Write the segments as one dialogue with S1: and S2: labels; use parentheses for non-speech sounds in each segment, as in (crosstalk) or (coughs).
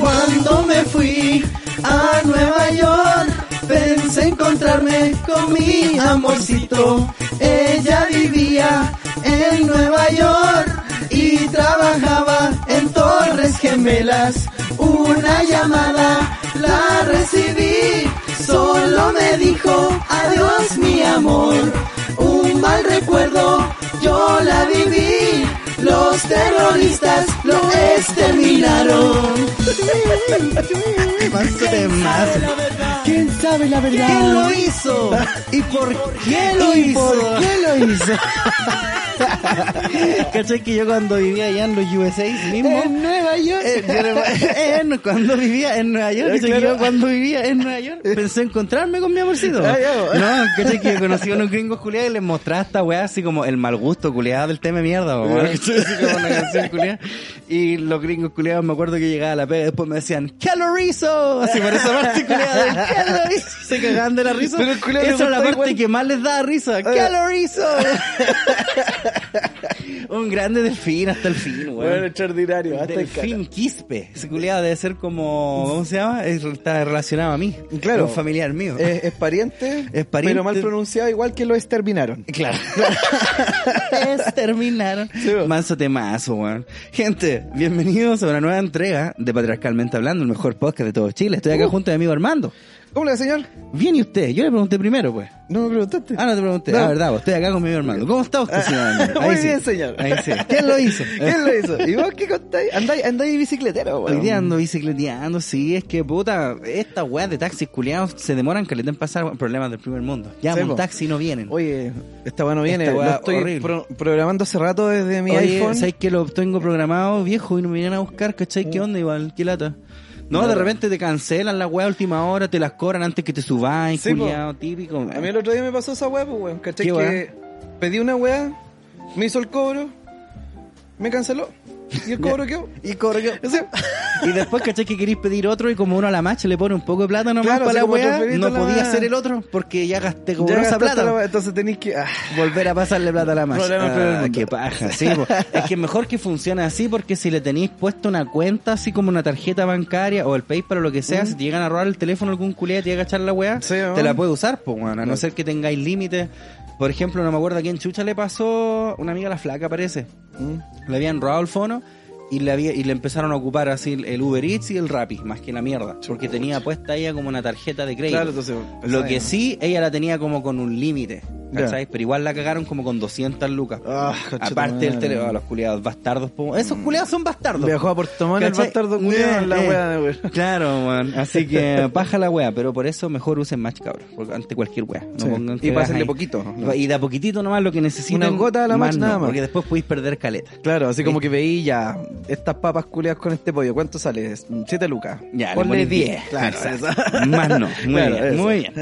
S1: Cuando me fui a Nueva York, pensé encontrarme con mi amorcito. Ella vivía en Nueva York y trabajaba en Torres Gemelas. Una llamada la recibí, solo me dijo adiós mi amor. Un mal recuerdo yo la viví, los terroristas lo exterminaron.
S2: Más
S1: ¿Quién sabe la verdad? ¿Quién lo hizo? ¿Y por qué lo
S2: ¿Y
S1: hizo?
S2: por qué lo hizo? ¿Cachai que yo cuando vivía allá en los USA mismo?
S1: En Nueva York.
S2: (laughs) eh, yo
S1: (laughs)
S2: era- en- cuando vivía en Nueva York,
S1: Eh,
S2: ¿cachai que
S1: claro.
S2: yo cuando vivía en
S1: (laughs)
S2: Nueva York pensé encontrarme con mi amorcito.
S1: Ah, ya,
S2: No,
S1: (laughs)
S2: ¿cachai que yo conocí a unos gringos culiados y les mostraba esta weá así como el mal gusto culiado del tema mierda, po, ¿cachai? (laughs) Así como una canción culiada. Y los gringos culiados me acuerdo que llegaba a la pega y después me decían ¡Calorizo! Así por esa parte culiada del "Calorizo", Se cagaban de la risa.
S1: Pero el culiao le
S2: esa era la
S1: gustaba
S2: parte
S1: igual. Eh.
S2: que más les daba risa. ¡Calorizo! (laughs) Un grande delfín hasta el fin, weón.
S1: Bueno, extraordinario. Hasta el
S2: Delfín Quispe. Ese culiado debe ser como. ¿Cómo se llama? Es- Está relacionado a mí.
S3: Claro. Eh,
S2: Un familiar mío.
S3: Es, es pariente,
S2: Es pariente.
S3: pero mal pronunciado, igual que lo exterminaron.
S2: Claro. (laughs) es terminar.
S3: bo.
S2: Manso temazo, weón. Gente, bienvenidos a una nueva entrega de Patriarcalmente Hablando, el mejor podcast de todo Chile. Estoy
S3: Uh.
S2: acá junto a mi amigo Armando.
S3: ¿Cómo le va, señor?
S2: Bien, ¿y usted? Yo le pregunté primero, pues.
S3: No me preguntaste.
S2: Ah, no te pregunté.
S3: No.
S2: Ah, verdad, vos. Estoy acá con mi amigo Armando. ¿Cómo está usted, señor Armando? (laughs)
S3: Muy
S2: Ahí sí.
S3: bien, señor.
S2: Ahí sí. ¿Quién lo hizo?
S3: (laughs) ¿Quién lo hizo? ¿Y vos qué contáis? Andáis, andáis de bicicletero, weón.
S2: Hoy día ando bicicleteando, sí, es que puta, estas weas de taxis culiados se demoran que le den pasar weón, problemas del primer mundo. Ya, pues,
S3: Sí,
S2: un
S3: po.
S2: taxi no vienen.
S3: Oye, esta weá no viene,
S2: Esta weá
S3: lo estoy
S2: horrible.
S3: pro- programando hace rato desde mi
S2: Oye,
S3: iPhone.
S2: ¿sabes que lo tengo programado, viejo, y no me vienen a buscar? ¿Cachai?
S3: Mm.
S2: ¿Qué onda igual? ¿Qué lata? No, de repente te cancelan la wea a última hora, te las cobran antes que te subáis,
S3: Sí, po.
S2: culiado, típico.
S3: A mí el otro día me pasó esa weá, pues weón, ¿cachai?
S2: ¿Qué
S3: Que
S2: weá?
S3: pedí una weá, me hizo el cobro, me canceló.
S2: (laughs)
S3: ¿Y el cobro quedó?
S2: Y corrió.
S3: O sea,
S2: Y después, ¿cachai? Que queréis pedir otro y como uno a la macha le pone un poco de plata nomás
S3: Claro,
S2: para la
S3: así como
S2: wea,
S3: transferirte
S2: no
S3: la
S2: podía
S3: wea.
S2: hacer el otro porque ya gasté como
S3: ya
S2: esa
S3: gastaste
S2: plata.
S3: la weá, entonces tenéis que. ah.
S2: volver a pasarle plata a la masa.
S3: Problema del primer
S2: Ah,
S3: mundo.
S2: qué paja, sí. po. es que mejor que funcione así porque si le tenéis puesto una cuenta, así como una tarjeta bancaria o el PayPal o lo que sea, si te llegan a robar el teléfono algún culiado, te llega a echar la weá,
S3: Mm. Sí,
S2: te
S3: weón.
S2: la puedes usar, pues, weón. A no ser que tengáis límites. Por ejemplo, no me acuerdo a quién chucha le pasó, una amiga la flaca parece. Le habían robado el fono y le, había- y le empezaron a ocupar así el- el Uber Eats y el Rappi, más que la mierda. Porque tenía puesta ella como una tarjeta de crédito.
S3: Claro, entonces.
S2: Lo
S3: pensáis,
S2: que
S3: ¿no?
S2: sí, ella la tenía como con un límite, ¿cachai? Pero igual la cagaron como con 200 lucas.
S3: Ah, conchetumare.
S2: Aparte del teléfono, Ah, los culiados bastardos. po. Esos culiados son bastardos.
S3: Mm. Viajó a Puerto Montt el
S2: ¿Cachai?
S3: bastardo culiao,
S2: Eh,
S3: la
S2: eh.
S3: weá de weón.
S2: Claro, man. Así
S3: (laughs)
S2: que paja la wea, pero por eso mejor usen Match, cabrón. porque Ante cualquier wea. No
S3: Sí.
S2: pongan
S3: Y
S2: cagadas
S3: pásenle
S2: ahí.
S3: poquito, ¿no?
S2: Y de a poquitito nomás lo que necesiten.
S3: Una gota de la Match
S2: no,
S3: nada más.
S2: Porque después podéis perder caleta.
S3: Claro, así como que veí ya estas papas culeas con este pollo. ¿Cuánto sale? 7 lucas.
S2: Ya, le
S3: Ponle
S2: pones
S3: 10.
S2: Claro,
S3: Claro,
S2: exacto. (laughs) Más no. Muy
S3: Claro,
S2: bien,
S3: eso. (laughs)
S2: muy bien.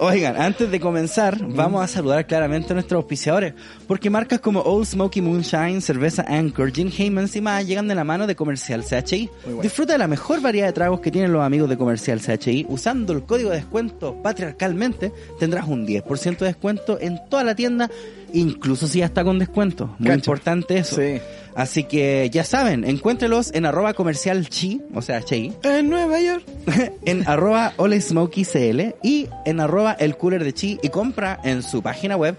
S2: Oigan, antes de comenzar, vamos a saludar claramente a nuestros auspiciadores. Porque marcas como Old Smoky Moonshine, Cerveza Anchor, Gin Haymans y más llegan de la mano de Comercial CHI. Disfruta de la mejor variedad de tragos que tienen los amigos de Comercial CHI. Usando el código de descuento patriarcalmente, tendrás un 10% de descuento en toda la tienda, incluso si ya está con descuento. Muy
S3: Cacha.
S2: importante eso.
S3: Sí.
S2: Así que ya saben, encuéntrelos en arroba comercial chi, o sea, chi,
S3: En Nueva York.
S2: en arroba olesmokycl y en arroba el cooler de chi y compra en su página web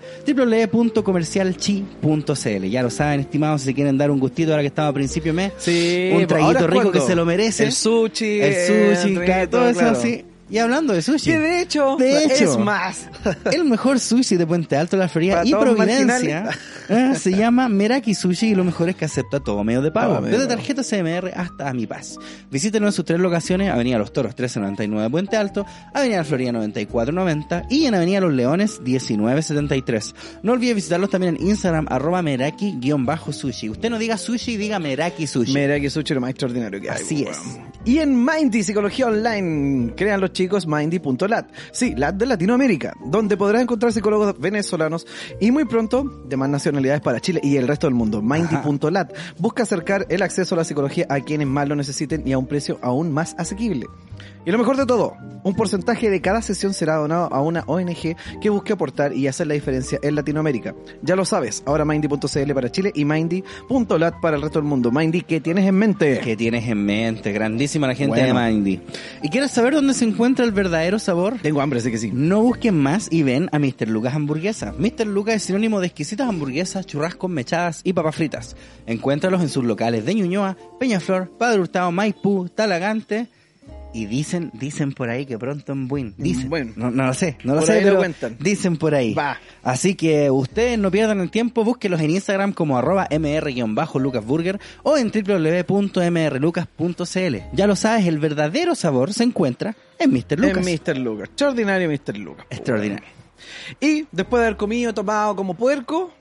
S2: www.comercialchi.cl. Ya lo saben, estimados, si quieren dar un gustito ahora que estamos a principio de mes,
S3: Sí,
S2: un
S3: pues,
S2: traguito
S3: ¿ahora
S2: rico
S3: cuándo?
S2: que se lo merece,
S3: El sushi.
S2: el sushi,
S3: eh,
S2: ca- todo eso
S3: claro.
S2: así. Y hablando de sushi,
S3: Que de hecho,
S2: De hecho.
S3: es más.
S2: el mejor sushi de Puente Alto, La Feria
S3: Para
S2: y
S3: todos
S2: Providencia
S3: marginales.
S2: Eh, se llama Meraki Sushi y lo mejor es que acepta todo medio de pago.
S3: Todo Ah, medio
S2: Desde
S3: de pago.
S2: tarjeta CMR hasta A Mi Paz. Visítenos en sus tres locaciones, Avenida Los Toros 1399 Puente Alto, Avenida Florida 9490 y en Avenida Los Leones 1973. No olvide visitarlos también en Instagram, arroba Meraki-sushi. Usted no diga sushi, diga Meraki Sushi.
S3: Mira que sushi es lo más extraordinario que hay.
S2: Así
S3: weón.
S2: es.
S3: Y en Mindy Psicología Online, crean los chicos Mindy.lat. Sí, lat de Latinoamérica, donde podrás encontrar psicólogos venezolanos y muy pronto de más nacionalidades para Chile y el resto del mundo. Mindy.lat busca acercar el acceso a la psicología a quienes más lo necesiten y a un precio aún más asequible. Y lo mejor de todo, un porcentaje de cada sesión será donado a una ONG que busque aportar y hacer la diferencia en Latinoamérica. Ya lo sabes, ahora Mindy.cl para Chile y Mindy.lat para el resto del mundo. Mindy, ¿qué tienes en mente?
S2: que tienes en mente. Grandísima la gente
S3: Bueno.
S2: de Mindy. ¿Y quieres saber dónde se encuentra el verdadero sabor?
S3: Tengo hambre, sé que sí.
S2: No busquen más y ven a Mr. Lucas Hamburguesas. Mr. Lucas es sinónimo de exquisitas hamburguesas, churrascos, mechadas y papas fritas. Encuéntralos en sus locales de Ñuñoa, Peñaflor, Padre Hurtado, Maipú, Talagante. Y dicen, dicen por ahí que pronto en Buin. Dicen.
S3: Mm, Bueno.
S2: no, no lo sé, no lo
S3: Por
S2: sé,
S3: ahí lo
S2: pero
S3: cuentan.
S2: dicen por ahí.
S3: Va.
S2: Así que ustedes no pierdan el tiempo, búsquenlos en Instagram como arroba mr-lucasburger o en www.mrlucas.cl. Ya lo sabes, el verdadero sabor se encuentra en Mr. Lucas.
S3: En Mr. Lucas. Extraordinario Mr. Lucas.
S2: Extraordinario.
S3: Y después de haber comido, tomado como puerco.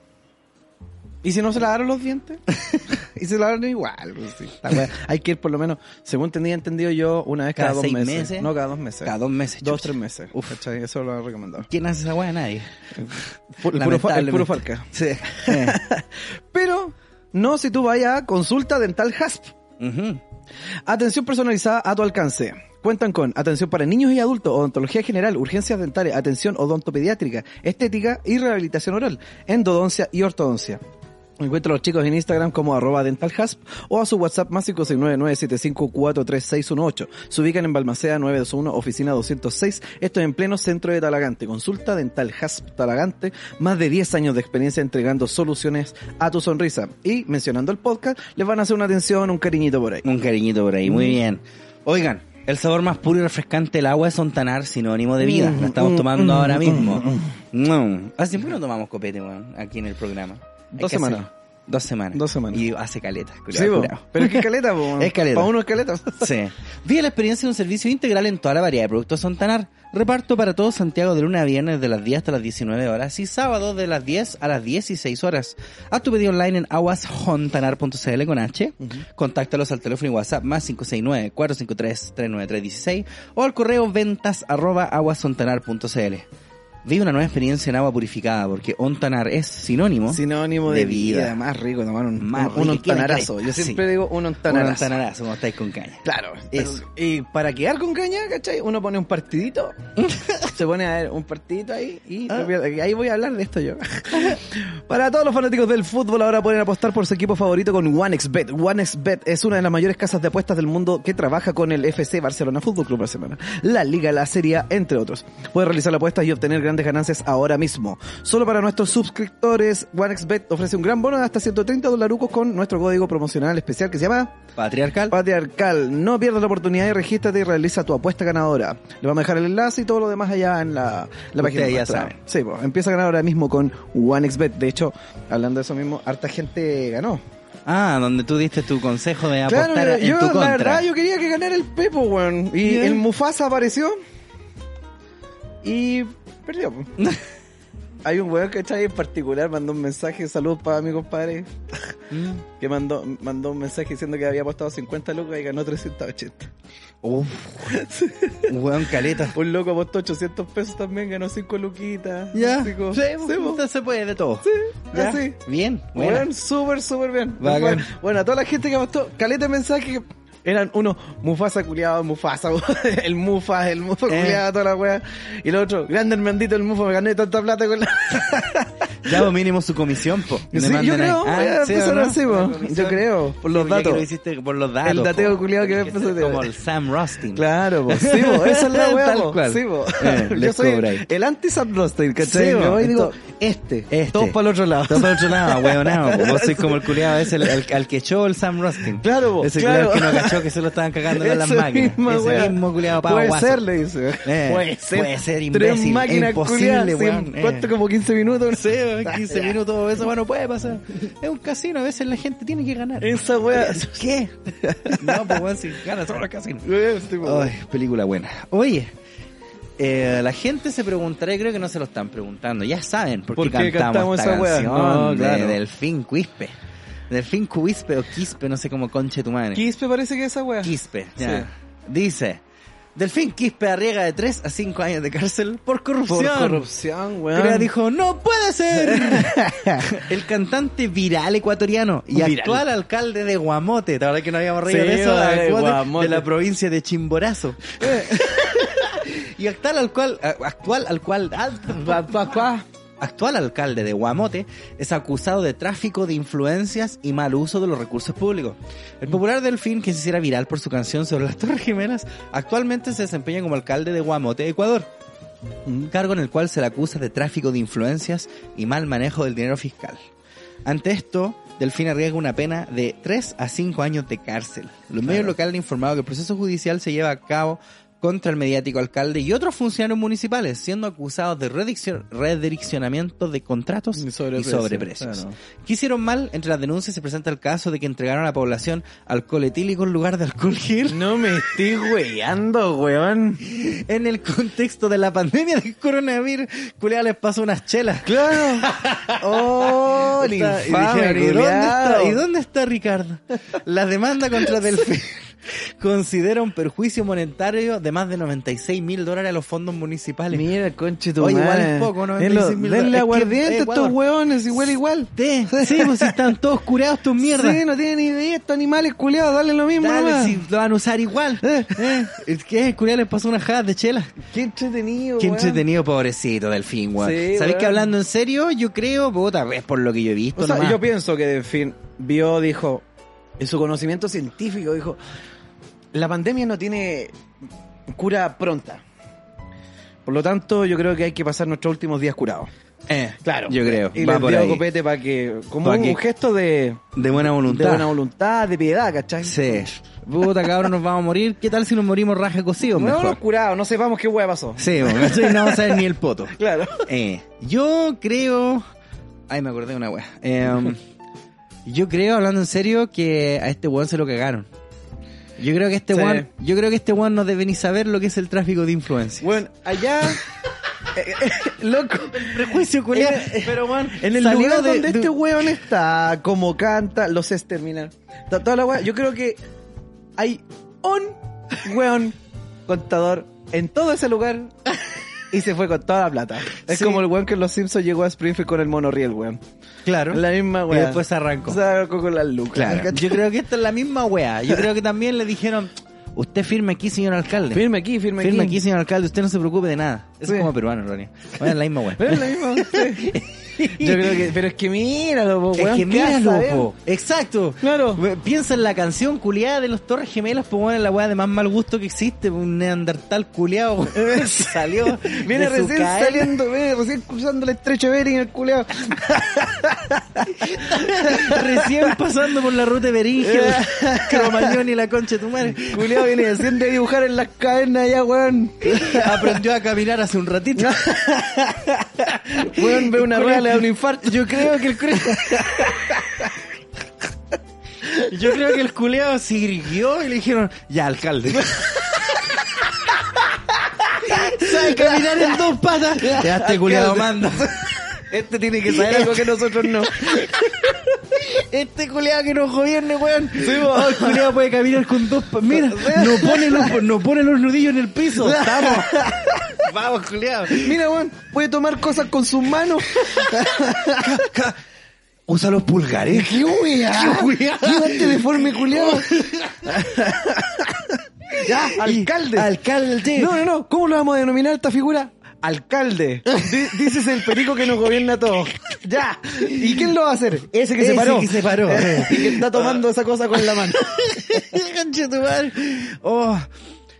S3: ¿Y si no se lavaron los dientes? (laughs) y se lavaron igual. pues sí. La wea- Hay que ir por lo menos, según tenía entendido yo, una vez cada,
S2: Cada
S3: dos
S2: seis
S3: meses.
S2: meses.
S3: No, cada dos meses.
S2: Cada dos meses.
S3: Dos,
S2: chucha.
S3: tres meses.
S2: Este Uf.
S3: ¿cachai? Eso lo he recomendado.
S2: ¿Quién hace esa weá? Nadie.
S3: El (laughs) puro, fa- el
S2: Lamentablemente.
S3: puro farca.
S2: Sí.
S3: Pero, no si tú vayas a Consulta Dental Hasp.
S2: Eh. Ujú.
S3: Atención personalizada a tu alcance. Cuentan con atención para niños y adultos, odontología general, urgencias dentales, atención odontopediátrica, estética y rehabilitación oral, endodoncia y ortodoncia. Encuentra a los chicos en Instagram como arroba dentalhasp o a su WhatsApp más 569-975-43618. Se ubican en Balmaceda 921, oficina 206. Esto es en pleno centro de Talagante. Consulta Dental Hasp Talagante. Más de 10 años de experiencia entregando soluciones a tu sonrisa. Y mencionando el podcast, les van a hacer una atención, un cariñito por ahí.
S2: Un cariñito por ahí. Muy
S3: Mm.
S2: bien. Oigan, el sabor más puro y refrescante del agua es Sontanar, sinónimo de vida.
S3: Mm,
S2: La estamos
S3: mm,
S2: tomando
S3: mm,
S2: ahora
S3: mm,
S2: mismo.
S3: mm,
S2: Mm. Hace tiempo no tomamos copete, weón, aquí en el programa. Hay
S3: Dos
S2: que
S3: semanas.
S2: hacerlo. Dos semanas.
S3: Dos semanas.
S2: Y hace caletas,
S3: Sí, po. pero es que caleta, po.
S2: (laughs) Es caleta.
S3: Para uno es caleta.
S2: Sí. (laughs) Vive la experiencia de un servicio integral en toda la variedad de productos Santanar. Reparto para todo Santiago de luna a viernes de las 10 hasta las 19 horas y sábado de las 10 a las 16 horas. Haz tu pedido online en aguasjontanar.cl con H. Contáctalos al teléfono y WhatsApp más 569-453-39316 o al correo ventas arroba aguasjontanar.cl. Vive una nueva experiencia en agua purificada porque Ontanar es sinónimo
S3: Sinónimo de,
S2: De
S3: vida.
S2: vida.
S3: Más rico tomar un,
S2: Más
S3: un
S2: rico,
S3: ontanarazo.
S2: ¿quién
S3: Yo
S2: cree?
S3: siempre
S2: Sí.
S3: digo un
S2: Un
S3: ontanarazo.
S2: ontanarazo, como estáis con caña.
S3: Claro.
S2: Eso.
S3: Y para quedar con caña, ¿cachai? Uno pone un partidito. se pone a ver un partidito ahí. Y
S2: Ah.
S3: lo pierde. ahí voy a hablar de esto yo. (laughs) para todos los fanáticos del fútbol, ahora pueden apostar por su equipo favorito con OneXBet. OneXBet es una de las mayores casas de apuestas del mundo que trabaja con el FC Barcelona Fútbol Club Barcelona, la Liga, la Serie, A, entre otros. Puedes realizar apuestas y obtener grandes ganancias ahora mismo. Solo para nuestros suscriptores, OneXBet ofrece un gran bono de hasta 130 dolarucos con nuestro código promocional especial que se llama
S2: Patriarcal.
S3: Patriarcal, no pierdas la oportunidad y regístrate y realiza tu apuesta ganadora. Le vamos a dejar el enlace y todo lo demás allá en la, la página.
S2: Ustedes ya
S3: nuestra.
S2: saben.
S3: Sí, pues, empieza a ganar ahora mismo con OneXBet. De hecho, hablando de eso mismo, harta gente ganó.
S2: Ah, donde tú diste tu consejo de apostar
S3: claro,
S2: en
S3: yo,
S2: tu
S3: la
S2: contra.
S3: verdad, yo quería que ganara el Pepo, weón. Y
S2: Bien.
S3: el Mufasa apareció y perdió.
S2: (laughs)
S3: po. Hay un weón que está ahí en particular, mandó un mensaje, saludos para mi compadre,
S2: Mm.
S3: que mandó, mandó un mensaje diciendo que había apostado 50 lucas y ganó 380. (laughs)
S2: Uf. Weón caleta.
S3: Un loco apostó 800 pesos también, ganó 5 luquitas.
S2: Ya.
S3: Así como,
S2: Sí, pues,
S3: sí, po.
S2: entonces se puede de todo. Ya.
S3: Ya, sí.
S2: Bien.
S3: Bueno,
S2: Bueno.
S3: súper, súper bien.
S2: Bacán.
S3: Bueno, bueno, a toda la gente que apostó, caleta de mensaje. Eran unos Mufasa culiado, Mufasa, (laughs) el Mufa, el Mufa
S2: Eh.
S3: culiado, toda la wea. Y el otro, grande hermandito, el Mufa, me gané tanta plata con la.
S2: Ya o mínimo su comisión, po.
S3: Sí, yo creo,
S2: Ah,
S3: voy a empezar así, po. Yo creo, por los datos.
S2: Lo hiciste por los datos.
S3: (laughs) El dateo
S2: po.
S3: culiado que me
S2: Dijiste,
S3: empezó a tirar.
S2: Como el Sam Rustin.
S3: Claro, po, sí,
S2: (laughs)
S3: po, esa es la wea,
S2: Tal
S3: po,
S2: cual.
S3: Sí, po.
S2: Eh,
S3: (laughs) Yo
S2: les
S3: soy
S2: cobráis.
S3: el anti-Sam Rostein, ¿cachai?
S2: Sí, po,
S3: Me voy y digo,
S2: esto-
S3: este,
S2: este.
S3: todos para el otro lado.
S2: Todo por otro lado, weonado. po. Vos sois como el culiado ese, el- al, al que echó el Sam Rustin.
S3: Claro, po,
S2: Ese
S3: claro.
S2: culiao que no cachó que se lo estaban cagando
S3: (laughs)
S2: con las
S3: Esa
S2: máquinas.
S3: misma
S2: Ese
S3: wea.
S2: mismo culiado pavo
S3: Puede
S2: guaso.
S3: ser, le dice.
S2: Eh,
S3: puede ser.
S2: puede ser,
S3: Tres
S2: imbécil. Es
S3: máquinas
S2: imposible,
S3: culiadas,
S2: weón.
S3: sí,
S2: Eh.
S3: ¿Cuánto? Como 15 minutos.
S2: No (laughs) sé, weón, 15 minutos, esa weá no puede pasar. Es un casino, a veces la gente tiene que ganar. (laughs)
S3: Esa wea.
S2: ¿Qué? No, pues weón, si gana todos los casinos.
S3: Wea, sí,
S2: (laughs)
S3: po.
S2: Ay, película buena. Oye, eh, la gente se preguntará, y creo que no se lo están preguntando, ya saben por qué,
S3: ¿Por qué
S2: cantamos,
S3: cantamos
S2: esta
S3: esa weá?
S2: canción
S3: No,
S2: de-
S3: claro.
S2: del fin cuispe. Del fin cuispe o quispe, no sé cómo conche tu madre.
S3: Quispe parece que es esa wea.
S2: Quispe, ya.
S3: Sí.
S2: Dice, Delfín Quispe arriega de 3 a 5 años de cárcel por corrupción.
S3: Por corrupción, weón.
S2: Crea dijo, no puede ser. (laughs) el cantante viral ecuatoriano y
S3: Viral.
S2: actual alcalde de Guamote, la verdad que no habíamos reído
S3: Sí,
S2: de eso,
S3: vale,
S2: de, Guamote,
S3: Guamote.
S2: de la provincia de (laughs) Chimborazo. y actual al cual, actual al cual,
S3: Pa, pa, pa.
S2: actual alcalde de Guamote es acusado de tráfico de influencias y mal uso de los recursos públicos. El popular Delfín, que se hiciera viral por su canción sobre las Torres Gemelas, actualmente se desempeña como alcalde de Guamote, Ecuador. Un cargo en el cual se le acusa de tráfico de influencias y mal manejo del dinero fiscal. Ante esto, Delfín arriesga una pena de 3 a 5 años de cárcel. Los medios locales han informado que el proceso judicial se lleva a cabo contra el mediático alcalde y otros funcionarios municipales, siendo acusados de rediccio- redireccionamiento de contratos
S3: Y
S2: y
S3: sobreprecios,
S2: sobreprecios.
S3: claro.
S2: ¿Qué hicieron mal? Entre las denuncias se presenta el caso de que entregaron a la población alcohol etílico en lugar de alcohol gel
S3: No me estoy weyando, weón.
S2: en el contexto de la pandemia del coronavirus. Culeado les pasó unas chelas.
S3: Claro. (laughs) Oh, el
S2: Está-
S3: infame,
S2: y, dijeron, ¿y, dónde está,
S3: culiao.
S2: y dónde está Ricardo? La demanda contra
S3: (laughs)
S2: Delfín considera un perjuicio monetario de más de 96 mil dólares a los fondos municipales.
S3: Mira, conche tu
S2: Oye, igual
S3: madre.
S2: es poco, ¿no? 96.000
S3: Denlo-
S2: dólares. Es
S3: Denle
S2: que-
S3: aguardiente
S2: eh,
S3: a estos
S2: Ecuador.
S3: hueones, igual, igual.
S2: Te- Sí, pues si están todos curados tus mierdas.
S3: Sí, no tienen ni idea
S2: este
S3: estos animales culiados, dale lo mismo.
S2: Dale,
S3: nomás.
S2: si lo van a usar igual.
S3: Eh.
S2: Eh, ¿Qué? Culeado les pasó unas jadas de chela.
S3: Qué entretenido,
S2: Qué
S3: weón.
S2: entretenido, pobrecito Delfín, weón.
S3: Sí,
S2: ¿Sabéis que
S3: weón.
S2: hablando en serio? Yo creo, puta, es por lo que yo he visto.
S3: O sea,
S2: nomás.
S3: yo pienso que, en fin, vio, dijo, en su conocimiento científico, dijo, la pandemia no tiene cura pronta. Por lo tanto, yo creo que hay que pasar nuestros últimos días curados.
S2: Eh,
S3: Claro.
S2: Yo creo.
S3: Y
S2: va
S3: les
S2: por
S3: dio
S2: ahí.
S3: copete para que, como
S2: Pa'
S3: un
S2: que-
S3: gesto de,
S2: De buena
S3: de
S2: voluntad.
S3: buena voluntad, de piedad, ¿cachai?
S2: Sí. Puta, cabrón, nos vamos a morir. ¿Qué tal si nos morimos raja cocidos
S3: No,
S2: mejor?
S3: no, curado, no sepamos qué hueá pasó.
S2: Sí, bueno, ¿cachai? no vamos a ver ni el poto.
S3: Claro.
S2: Eh, yo creo... Ay, me acordé de una wea. Em, yo creo, hablando en serio, que a este weón se lo cagaron. Yo creo que este
S3: Sí.
S2: weón, yo creo que este weón no debe ni saber lo que es el tráfico de influencia.
S3: Bueno,
S2: (laughs)
S3: allá. eh, eh, (laughs) Loco,
S2: Prejuicio, culiao.
S3: pero bueno,
S2: eh, en el
S3: salió
S2: lugar de-
S3: donde
S2: de-
S3: este weón está, como canta, los exterminaron. Está toda la wea. Yo creo que hay un weón contador en todo ese lugar y se fue con toda la plata. Es
S2: Sí.
S3: como el weón que en Los Simpsons llegó a Springfield con el monorriel, weón.
S2: Claro.
S3: La misma
S2: Y
S3: weón.
S2: después se arrancó.
S3: Se arrancó con las lucas.
S2: Claro. Yo creo que esta es la misma wea. Yo creo que también le dijeron, usted firme aquí, señor alcalde.
S3: Firme aquí, firme,
S2: Firme aquí, señor alcalde, usted no se preocupe de nada. Eso
S3: Sí.
S2: es como peruano, Ronnie. Bueno, es la misma wea.
S3: (laughs) Pero es la misma. sí.
S2: (laughs)
S3: Yo creo que, pero es que míralo, po,
S2: Es
S3: weón.
S2: que
S3: ¿qué vas a
S2: míralo,
S3: ver?
S2: po. Exacto.
S3: Claro.
S2: We- Piensa en la canción culiada de los Torres Gemelas, pues bueno, la weá de más mal gusto que existe, un neandertal culiado,
S3: (laughs)
S2: weón, que salió.
S3: Viene
S2: de su
S3: recién
S2: caer.
S3: saliendo, viene recién cruzando el estrecho Bering el culeado.
S2: (laughs) Recién pasando por la ruta de
S3: (laughs)
S2: Berígel, Cromañón y la concha de tu madre.
S3: Culeado viene recién de dibujar en las cavernas allá, weón.
S2: (laughs) Aprendió a caminar hace un ratito.
S3: (laughs) Weón ve una
S2: Culeado.
S3: rueda, le da un infarto.
S2: Yo creo que el culeado. Yo creo que el culeado se irguió y le dijeron, ya
S3: (laughs)
S2: alcalde. Sabe caminar en dos patas. Ya este culeado manda.
S3: Este tiene que saber algo que nosotros no.
S2: Este culeado que nos gobierne, weón.
S3: po.
S2: Oh, el culeado puede caminar con dos patas. Mira, (laughs) no pone, los, no pone los nudillos en el piso.
S3: (laughs)
S2: Estamos. (laughs) Vamos, culeado.
S3: Mira, weón, puede tomar cosas con sus manos.
S2: (laughs) Usa los pulgares.
S3: ¡Qué weá! ¡Qué deforme,
S2: (laughs)
S3: culeado! (laughs) ya, alcalde.
S2: Alcalde.
S3: No, no, (laughs) no. ¿Cómo lo vamos a denominar esta figura? Alcalde. Di- Dices el perico que nos gobierna a todos. Ya. ¿Y quién lo va a hacer? Ese que se
S2: Ese
S3: paró.
S2: que se
S3: (laughs)
S2: paró. Ah.
S3: y que está tomando esa cosa con la mano.
S2: Concha tu madre. Oh,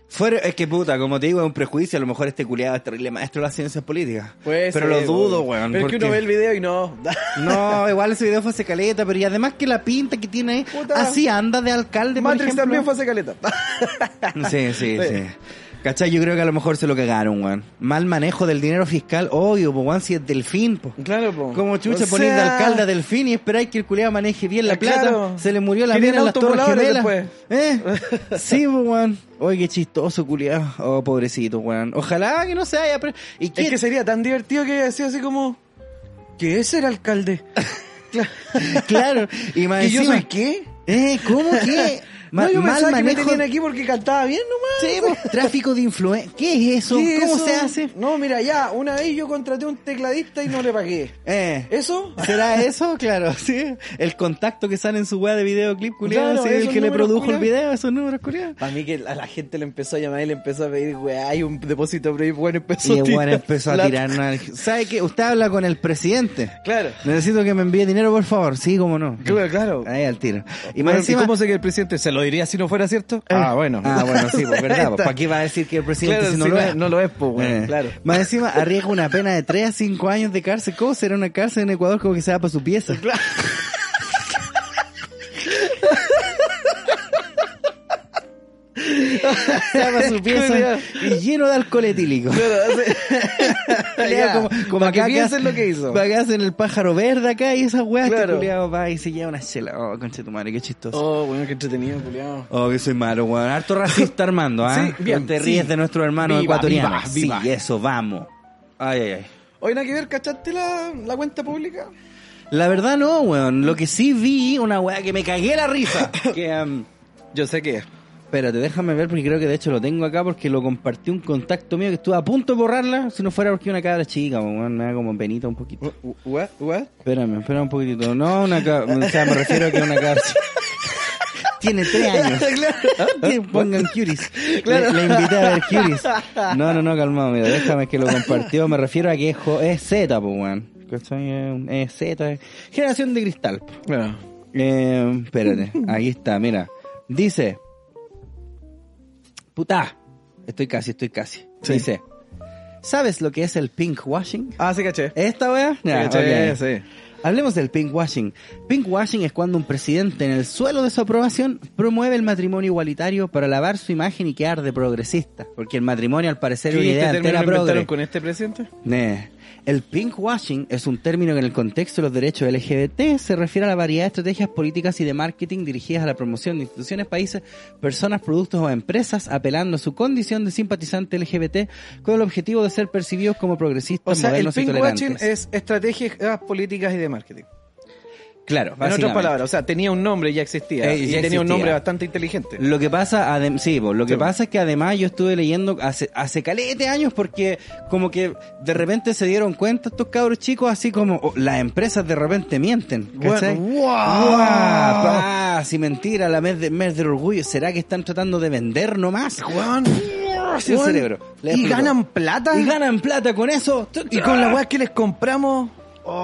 S2: Fuera, es que puta, como te digo, es un prejuicio. A lo mejor este culiado es terrible maestro de las ciencias políticas.
S3: Pues,
S2: pero
S3: eh,
S2: lo dudo, weón.
S3: Pero es que
S2: porque-
S3: uno ve el video y no.
S2: (laughs) No, igual ese video fue hace caleta, pero y además que la pinta que tiene
S3: Puta.
S2: así anda de alcalde, por
S3: Matrix
S2: ejemplo.
S3: también fue hace caleta.
S2: (laughs) Sí, sí,
S3: Sí.
S2: sí. ¿Cachai? Yo creo que a lo mejor se lo cagaron, weón. Mal manejo del dinero fiscal, obvio, po, weón, si es delfín, po.
S3: Claro, po.
S2: Como chucha
S3: O
S2: ponéis de
S3: sea-
S2: alcalde a delfín y esperáis que el culiado maneje bien la
S3: Ah,
S2: plata.
S3: claro.
S2: Se le murió la
S3: Tienen
S2: mina en las torres
S3: autovoladores
S2: gemelas. ¿Eh?
S3: (laughs)
S2: Sí, po, weón. Oye, qué chistoso, culiado. Oh, pobrecito, weón. Ojalá que no se haya... pre- ¿Y
S3: Es
S2: qué-
S3: que sería tan divertido que decía así como. ¿Qué es el (laughs) alcalde?
S2: (laughs) Claro. Y más
S3: (laughs) ¿Que yo
S2: encima-
S3: soy qué? Ah,
S2: Eh, ¿cómo
S3: (laughs)
S2: que? Ma-
S3: no, yo
S2: mal
S3: pensaba que me
S2: manejo...
S3: tenían aquí porque cantaba bien nomás.
S2: Sí, po,
S3: (laughs)
S2: tráfico de influencia. ¿Qué es eso?
S3: ¿Qué es
S2: ¿Cómo
S3: eso?
S2: se hace?
S3: (laughs) No, mira, ya, una vez yo contraté un tecladista y no le pagué.
S2: Eh.
S3: ¿Eso?
S2: ¿Será eso? Claro, (laughs) sí. El contacto que sale en su weá de videoclip, culiado.
S3: Claro,
S2: sí, el
S3: esos
S2: que le
S3: números,
S2: produjo
S3: culiao.
S2: el video, esos números, culiado.
S3: Para mí que a la gente le empezó a llamar y le empezó a pedir, weá, hay un depósito, pero bueno, empezó
S2: Y el weón empezó a
S3: plata.
S2: tirarnos al... ¿Sabe qué? Usted habla con el presidente.
S3: Claro.
S2: Necesito que me envíe dinero, por favor. Sí, cómo no.
S3: Claro, claro.
S2: Ahí al tiro. Y
S3: Y
S2: más
S3: bueno, ¿y
S2: encima...
S3: cómo sé que el presidente se lo diría si no fuera cierto? Ah, bueno. (laughs)
S2: Ah, bueno, sí, pues
S3: Ahí
S2: verdad.
S3: está.
S2: pues, ¿Para qué va a decir que el presidente
S3: Claro,
S2: si no
S3: si
S2: lo
S3: no-
S2: es?
S3: no lo es, pues, weón,
S2: Eh.
S3: claro.
S2: Más encima arriesga una pena de 3 a 5 años de cárcel. ¿Cómo será una cárcel en Ecuador como que se da para su pieza? se da para
S3: (laughs)
S2: su pieza y lleno de alcohol etílico.
S3: Claro, hace- (laughs) Ya,
S2: como, como
S3: para que
S2: acá
S3: piensen
S2: hacen-
S3: lo que hizo.
S2: Para que hacen el pájaro verde acá y esas weas
S3: Claro.
S2: este culiao va y se lleva una chela. Oh, concha tu madre, qué chistoso.
S3: Oh, bueno, qué entretenido, culiao.
S2: Oh, que soy malo, weón. Harto racista, Armando, ¿ah?
S3: (laughs) Sí, bien,
S2: No te
S3: sí.
S2: ríes de nuestro hermano
S3: Viva,
S2: ecuatoriano.
S3: viva, viva.
S2: Sí, eso, vamos. Ay, ay, ay.
S3: Oye, nada que ver, ¿cachaste la, la cuenta pública?
S2: La verdad no, weón. Lo que sí vi, una weá que me cagué la
S3: (coughs)
S2: risa. que, em,
S3: Yo sé que.
S2: espérate, déjame ver porque creo que de hecho lo tengo acá porque lo compartió un contacto mío que estuve a punto de borrarla si no fuera porque una cabra chica, weón. Me da como penita un poquito.
S3: ¿What? ¿What?
S2: Espérame, espérame un poquitito. No, una cabra... O sea, me refiero a que una cabra chica. (laughs) Tiene tres (laughs) años. Que pongan Curis. (laughs)
S3: Claro.
S2: Le, le invité a ver Curis. No, no, no, calmado, mira, déjame que lo compartió. Me refiero a que es, jo- es Z, pues, weón. ¿Cachai? Eh, Es Z. Generación de cristal. po.
S3: Bueno.
S2: Eh, espérate, ahí está, mira. Dice. Puta. Estoy casi, estoy casi.
S3: Sí.
S2: Dice. ¿Sabes lo que es el pink washing?
S3: Ah, sí, caché.
S2: ¿Esta weá? Ya,
S3: caché,
S2: ok.
S3: sí.
S2: Hablemos del pinkwashing. Pinkwashing es cuando un presidente en el suelo de su aprobación promueve el matrimonio igualitario para lavar su imagen y quedar de progresista. Porque el matrimonio al parecer es una
S3: ¿Y este
S2: idea
S3: término
S2: entera
S3: lo
S2: progre.
S3: inventaron con este presidente?
S2: Nah. El pinkwashing es un término que en el contexto de los derechos LGBT se refiere a la variedad de estrategias políticas y de marketing dirigidas a la promoción de instituciones, países, personas, productos o empresas apelando a su condición de simpatizante LGBT con el objetivo de ser percibidos como progresistas,
S3: O sea, el
S2: modernos y
S3: pinkwashing
S2: tolerantes.
S3: es estrategias ah, políticas y de marketing.
S2: Claro,
S3: En otras
S2: básicamente.
S3: palabras, o sea, tenía un nombre y ya existía.
S2: Eh,
S3: y
S2: ya
S3: tenía un
S2: existía.
S3: nombre bastante inteligente.
S2: Lo que pasa, adem- sí, po, lo que
S3: Este. Sí, po.
S2: pasa es que además yo estuve leyendo hace, hace calete años porque como que de repente se dieron cuenta estos cabros chicos así como oh, las empresas de repente mienten, ¿cachai?
S3: Bueno,
S2: ¡Guau! pa, Si mentira, la mes, de, mes del orgullo, ¿será que están tratando de vender nomás?
S3: Weón.
S2: Así el
S3: Weón.
S2: cerebro. Le
S3: Y
S2: explico.
S3: ganan plata.
S2: Y ganan plata con eso.
S3: Y con la weá que les compramos.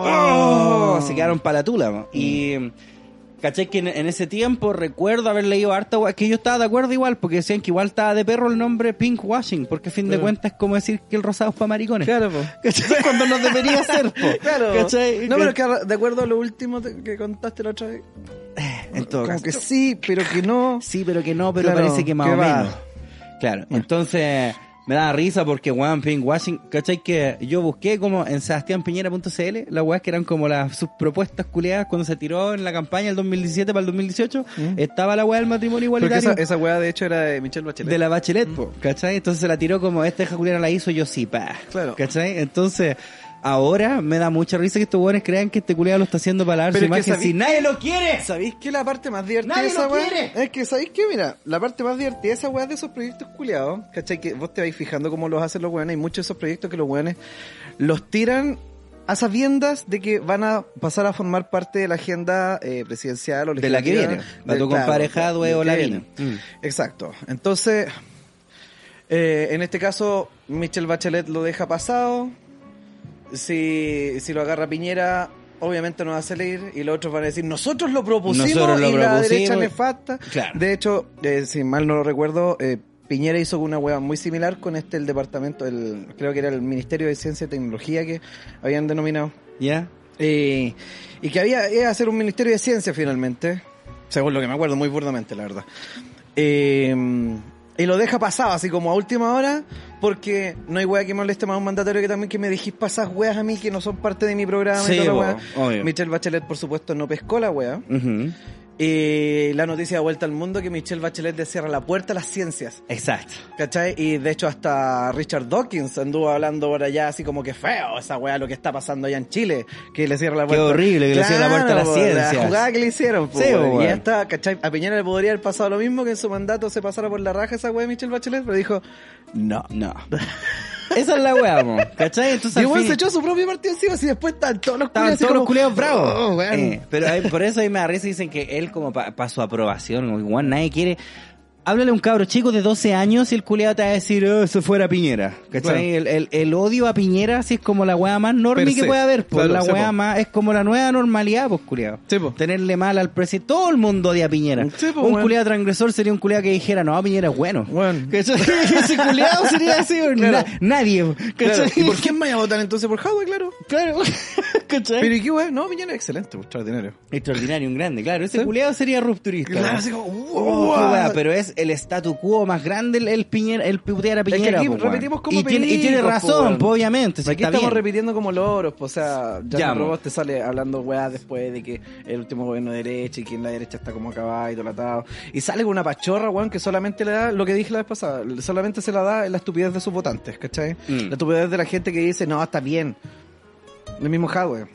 S2: Oh, se quedaron para la tula. po.
S3: Mm.
S2: Y caché que en, en ese tiempo recuerdo haber leído harta gua- que yo estaba de acuerdo igual, porque decían que igual estaba de perro el nombre Pink Washing, porque a fin de
S3: Claro.
S2: cuentas es como decir que el rosado es para maricones.
S3: Claro, po.
S2: (laughs) ¿Cachai? Cuando no debería ser, po.
S3: (laughs) Claro.
S2: ¿Cachai?
S3: No, pero es que de acuerdo a lo último te- que contaste la otra vez.
S2: Eh, En todo
S3: Como
S2: caso.
S3: que sí, pero que no.
S2: Sí, pero que no, pero
S3: Claro,
S2: parece que más
S3: que
S2: o
S3: va.
S2: menos. Claro, entonces me da risa porque weón, Pink Washing, ¿cachai? Que yo busqué como en sebastianpiñera.cl las weas que eran como las sus propuestas culeadas cuando se tiró en la campaña del 2017 para el 2018, estaba la wea del matrimonio
S3: Mm. Porque
S2: igualitario
S3: esa, Mm. esa weá de hecho era de Michelle Bachelet.
S2: de la Bachelet, po, ¿cachai? Entonces se la tiró como esta hija culiana la hizo, yo sí, pa.
S3: Claro.
S2: ¿cachai? Entonces. Ahora me da mucha risa que estos weones crean que este culiado lo está haciendo para lavar
S3: Pero
S2: su
S3: es que
S2: imagen.
S3: sabí-
S2: Si nadie lo quiere,
S3: ¿Sabéis que la parte más divertida
S2: Nadie
S3: de esa
S2: lo
S3: weá?
S2: quiere.
S3: Es que, ¿sabéis que Mira, la parte más divertida de esa weá es de esos proyectos culiados, ¿cachai? Que vos te vais fijando cómo los hacen los weones. Hay muchos de esos proyectos que los weones los tiran a sabiendas de que van a pasar a formar parte de la agenda eh, presidencial o
S2: De la que viene.
S3: legislativa.
S2: La
S3: De-
S2: tu compadre Jadwe
S3: de-
S2: o
S3: de-
S2: la
S3: que
S2: Vina.
S3: viene.
S2: Mm.
S3: Exacto. Entonces, eh, en este caso, Michelle Bachelet lo deja pasado. Si, si lo agarra Piñera, obviamente no va a salir. Y los otros van a decir, nosotros lo propusimos
S2: Nosotros lo
S3: y la
S2: propusimos".
S3: derecha nefasta.
S2: Claro.
S3: De hecho, eh, si mal no lo recuerdo, eh, Piñera hizo una hueá muy similar con este, el departamento, el, creo que era el Ministerio de Ciencia y Tecnología que habían denominado.
S2: ¿Ya?
S3: Y, y que había iba a ser un Ministerio de Ciencia finalmente, según lo que me acuerdo muy burdamente, la verdad. Eh, y lo deja pasado así como a última hora, porque no hay hueá que moleste más a un mandatario que también que me dijiste pasas hueas a mí que no son parte de mi programa
S2: Sí,
S3: y toda la
S2: po,
S3: hueá.
S2: obvio.
S3: Michelle Bachelet, por supuesto, no pescó la hueá.
S2: Ujú.
S3: Y la noticia de vuelta al mundo que Michelle Bachelet le cierra la puerta a las ciencias.
S2: Exacto.
S3: ¿Cachai? Y de hecho hasta Richard Dawkins anduvo hablando por allá así como que feo esa weá lo que está pasando allá en Chile, que le cierra la
S2: Qué
S3: puerta.
S2: horrible que le cierra la puerta a las
S3: po,
S2: ciencias.
S3: La jugada que le hicieron, po,
S2: Sí,
S3: weón.
S2: weón.
S3: Y hasta, ¿cachai? A Piñera le podría haber pasado lo mismo que en su mandato se pasara por la raja esa weá de Michelle Bachelet, pero dijo, no.
S2: No. (laughs) Esa es la wea, mo. ¿Cachai? Entonces,
S3: Y
S2: al
S3: weón
S2: fin-
S3: se echó su propio partido encima y después están todos los
S2: Estaban
S3: culiados así
S2: todos los
S3: como,
S2: culeos bravos.
S3: "Oh, weón".
S2: Eh, pero eh, por eso ahí me da risa y dicen que él, como para su aprobación, como igual nadie quiere. Háblale a un cabro chico de 12 años y el culeado te va a decir, "Oh, eso fuera Piñera. ¿Cachai?
S3: Claro.
S2: El, el- el odio a Piñera sí es como la weá más normie
S3: Per
S2: que
S3: se.
S2: puede haber. Pues,
S3: Claro,
S2: la
S3: sí,
S2: weá
S3: po.
S2: más es como la nueva normalidad, pues culeado.
S3: Sí, po.
S2: Tenerle mal al presidente. Todo el mundo odia a Piñera.
S3: Sí, po,
S2: un
S3: weón.
S2: culeado transgresor sería un culeado que dijera, no, Piñera es bueno.
S3: Weón.
S2: ¿Cachai? (laughs) Ese culeado sería así, weón.
S3: Claro.
S2: Na- nadie.
S3: Claro,
S2: ¿Cachai?
S3: ¿Y por quién me voy a votar entonces? Por Jadwe, claro.
S2: Claro. (laughs) ¿Cachai?
S3: Pero ¿y qué weón? No, Piñera es excelente, extraordinario.
S2: Extraordinario, un grande, claro. Ese
S3: Sí.
S2: culeado sería rupturista.
S3: Claro,
S2: ¿no?
S3: así
S2: Oh,
S3: como,
S2: qué
S3: "Wow".
S2: weá, pero es el statu quo más grande el, el piñera, el putear a
S3: que
S2: Piñera.
S3: aquí
S2: po, weón.
S3: repetimos como
S2: y, tiene, y tiene
S3: películas, po,
S2: razón,
S3: weón.
S2: po, obviamente. si
S3: Aquí
S2: está
S3: estamos
S2: bien.
S3: repitiendo como loros, po, o sea, ya,
S2: Ya,
S3: el
S2: mo.
S3: robot te sale hablando weá después de que el último gobierno de derecha y que en la derecha está como acabado y todo atado. Y sale con una pachorra, weón, que solamente le da lo que dije la vez pasada, solamente se la da en la estupidez de sus votantes, ¿cachai?
S2: Mm.
S3: La estupidez de la gente que dice, no, está bien. El mismo hardware.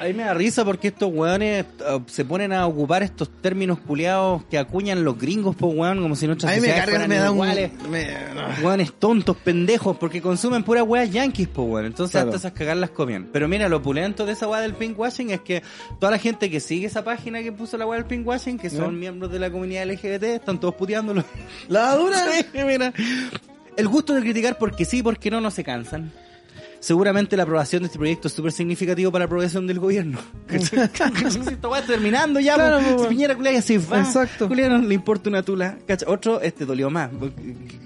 S2: A mí me da risa porque estos weones eh, se ponen a ocupar estos términos culeados que acuñan los gringos, po, weón, como si nuestras
S3: A mí me
S2: sociedades fueran
S3: cargan, me da un.
S2: iguales.
S3: me- no. (laughs)
S2: Weones tontos, pendejos, porque consumen pura weas yankees, po, weón. Entonces
S3: Claro.
S2: hasta esas cagar las comían. Pero mira, lo opulento de esa wea del pinkwashing es que toda la gente que sigue esa página que puso la wea del pinkwashing, que son
S3: Ya.
S2: miembros de la comunidad LGBT, están todos puteándolo.
S3: La dura. (laughs)
S2: Sí, mira. El gusto de criticar porque sí, porque no, no se cansan. Seguramente la aprobación de este proyecto es súper significativo para la aprobación del
S3: (laughs)
S2: gobierno. (laughs) Esto va terminando ya.
S3: Claro,
S2: po.
S3: po,
S2: Si
S3: weón.
S2: Piñera culia ya se va.
S3: Exacto.
S2: Culia no le importa una tula. Cacha, Otro, este dolió más.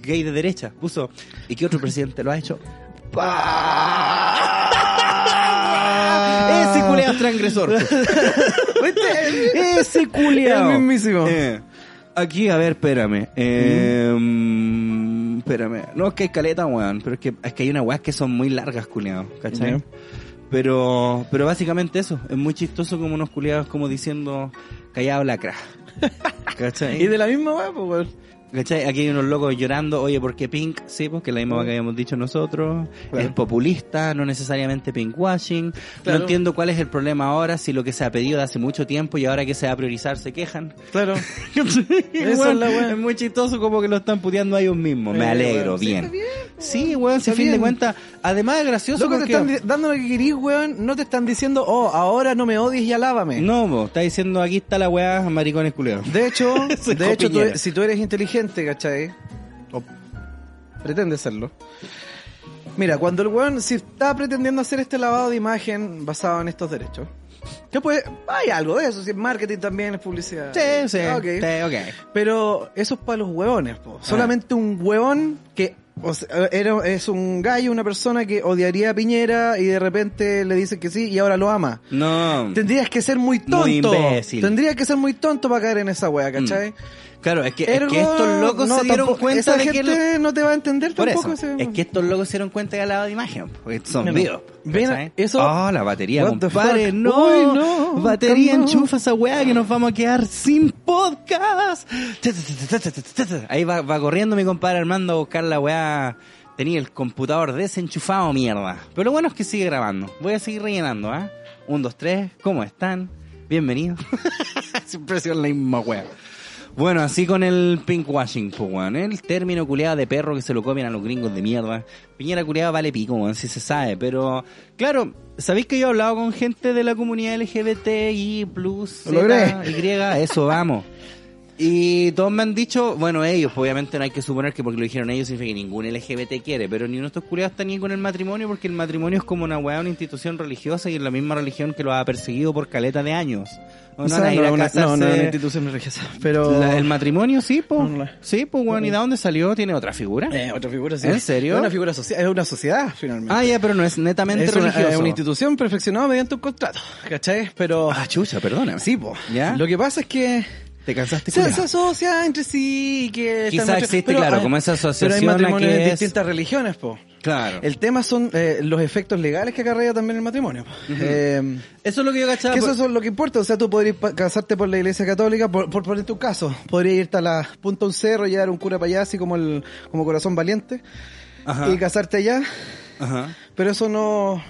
S2: Gay de derecha. Puso. ¿Y qué otro presidente lo ha hecho?
S3: (laughs) Ah.
S2: Ese culiao es transgresor. pues.
S3: (laughs)
S2: po.
S3: ¿Viste?
S2: Ese culiao.
S3: El mismísimo.
S2: Eh, aquí, a ver, espérame. Eh, mm, espérame. No, es que hay caleta, weón. Pero es que, es que hay unas weas que son muy largas, culiao. ¿Cachai?
S3: Ya.
S2: Pero, pero básicamente eso. Es muy chistoso como unos culiados como diciendo callado
S3: (laughs)
S2: lacra. ¿Cachai?
S3: Y de la misma weá, pues, weón.
S2: ¿Cachai? Aquí hay unos locos llorando, oye, porque Pink, sí, porque es la misma hueá que habíamos dicho nosotros,
S3: Claro.
S2: es populista, no necesariamente pinkwashing,
S3: Claro.
S2: no entiendo cuál es el problema ahora, si lo que se ha pedido de hace mucho tiempo y ahora que se va a priorizar se quejan. (laughs)
S3: Claro. es
S2: Weón,
S3: la hueá.
S2: es muy chistoso como que lo están puteando a ellos mismos, me
S3: Eh,
S2: alegro,
S3: weón. Sí,
S2: bien.
S3: está bien,
S2: Sí, weón, si
S3: Está
S2: a fin de
S3: bien.
S2: cuentas, además es gracioso
S3: Loco, te
S2: porque...
S3: están di- dando lo que querís, weón. No te están diciendo, oh, ahora no me odies y alábame.
S2: No, mo, está diciendo aquí está la weá maricones culeados.
S3: De hecho,
S2: (laughs) Soy
S3: de hecho tú-
S2: copiñera.
S3: si tú eres inteligente, ¿cachai? O pretendes serlo. Mira, cuando el weón, si está pretendiendo hacer este lavado de imagen basado en estos derechos, que puede, hay algo de eso, si es marketing también, es publicidad.
S2: Sí, sí,
S3: Ah, ok.
S2: sí, ok.
S3: Pero eso es para los huevones, po. Solamente un huevón que o sea, era, es un gallo, una persona que odiaría a Piñera y de repente le dicen que sí y ahora lo ama.
S2: No.
S3: Tendrías que ser muy tonto.
S2: Muy imbécil.
S3: Tendrías que ser muy tonto para caer en esa wea, ¿cachai?
S2: Claro, es que, es
S3: Ergo,
S2: que estos locos
S3: no,
S2: se dieron
S3: tampoco-
S2: cuenta
S3: esa
S2: de que...
S3: gente
S2: lo-
S3: no te va a entender
S2: Por
S3: tampoco.
S2: eso,
S3: ese-
S2: es que estos locos se dieron cuenta que era lavado de imagen, porque son
S3: No, no.
S2: vivos.
S3: Ven,
S2: ¿cachai?
S3: eso-
S2: Oh, la batería,
S3: What the
S2: compadre.
S3: fuck?
S2: No,
S3: Uy, no,
S2: Batería,
S3: no.
S2: enchufa esa weá que nos vamos a quedar sin podcast. Ahí va, va corriendo mi compadre Armando a buscar la weá. Tenía el computador desenchufado, mierda. Pero lo bueno es que sigue grabando. Voy a seguir rellenando, ¿ah? Un, dos, tres. ¿Cómo están? Bienvenidos. Siempre ha sido la misma weá. Bueno, así con el pinkwashing, pues, weón. El término culeado de perro que se lo comen a los gringos de mierda. Piñera culeada vale pico, weón, si se sabe. Pero, claro, sabéis que yo he hablado con gente de la comunidad LGBTI, plus,
S3: Lo logré.
S2: Y, eso vamos. Y todos me han dicho, bueno, ellos, pues, obviamente no hay que suponer que porque lo dijeron ellos significa que ningún LGBT quiere, pero ni uno de estos culiados está ni con el matrimonio porque el matrimonio es como una weá, una institución religiosa y es la misma religión que lo ha perseguido por caleta de años. No,
S3: O sea,
S2: van a ir a
S3: una- no, no,
S2: casarse-
S3: una institución religiosa. Pero.
S2: La- el matrimonio, sí, pues.
S3: No, la-
S2: Sí, pues, weón, ¿y de dónde salió? ¿Tiene otra figura?
S3: Eh, otra figura, sí.
S2: ¿En serio?
S3: Es una figura social, es una sociedad, finalmente.
S2: Ah, ya, pero no es eh, netamente
S3: es una,
S2: religioso.
S3: es una institución perfeccionada mediante un contrato, ¿cachai? Pero.
S2: Ah, chucha, perdóname.
S3: sí, po.
S2: ¿Ya?
S3: Lo que pasa es que.
S2: ¿Te cansaste?
S3: Se,
S2: culiao?
S3: se asocia entre sí y que...
S2: Quizá
S3: están-
S2: existe, claro,
S3: hay-
S2: como esa
S3: Pero hay
S2: asociación a
S3: matrimonios
S2: que
S3: de
S2: es-
S3: distintas religiones, po.
S2: Claro.
S3: El tema son eh, los efectos legales que acarrea también el matrimonio. po. Eh,
S2: Eso es lo que yo cachaba. pues.
S3: que
S2: por-
S3: eso es lo que importa, o sea, tú podrías pa- casarte por la iglesia católica, por, por poner tu caso, podrías irte a la punta de un cerro, llevar un cura para allá, así como el como corazón valiente,
S2: Ajá.
S3: y casarte allá,
S2: Ajá.
S3: pero eso no,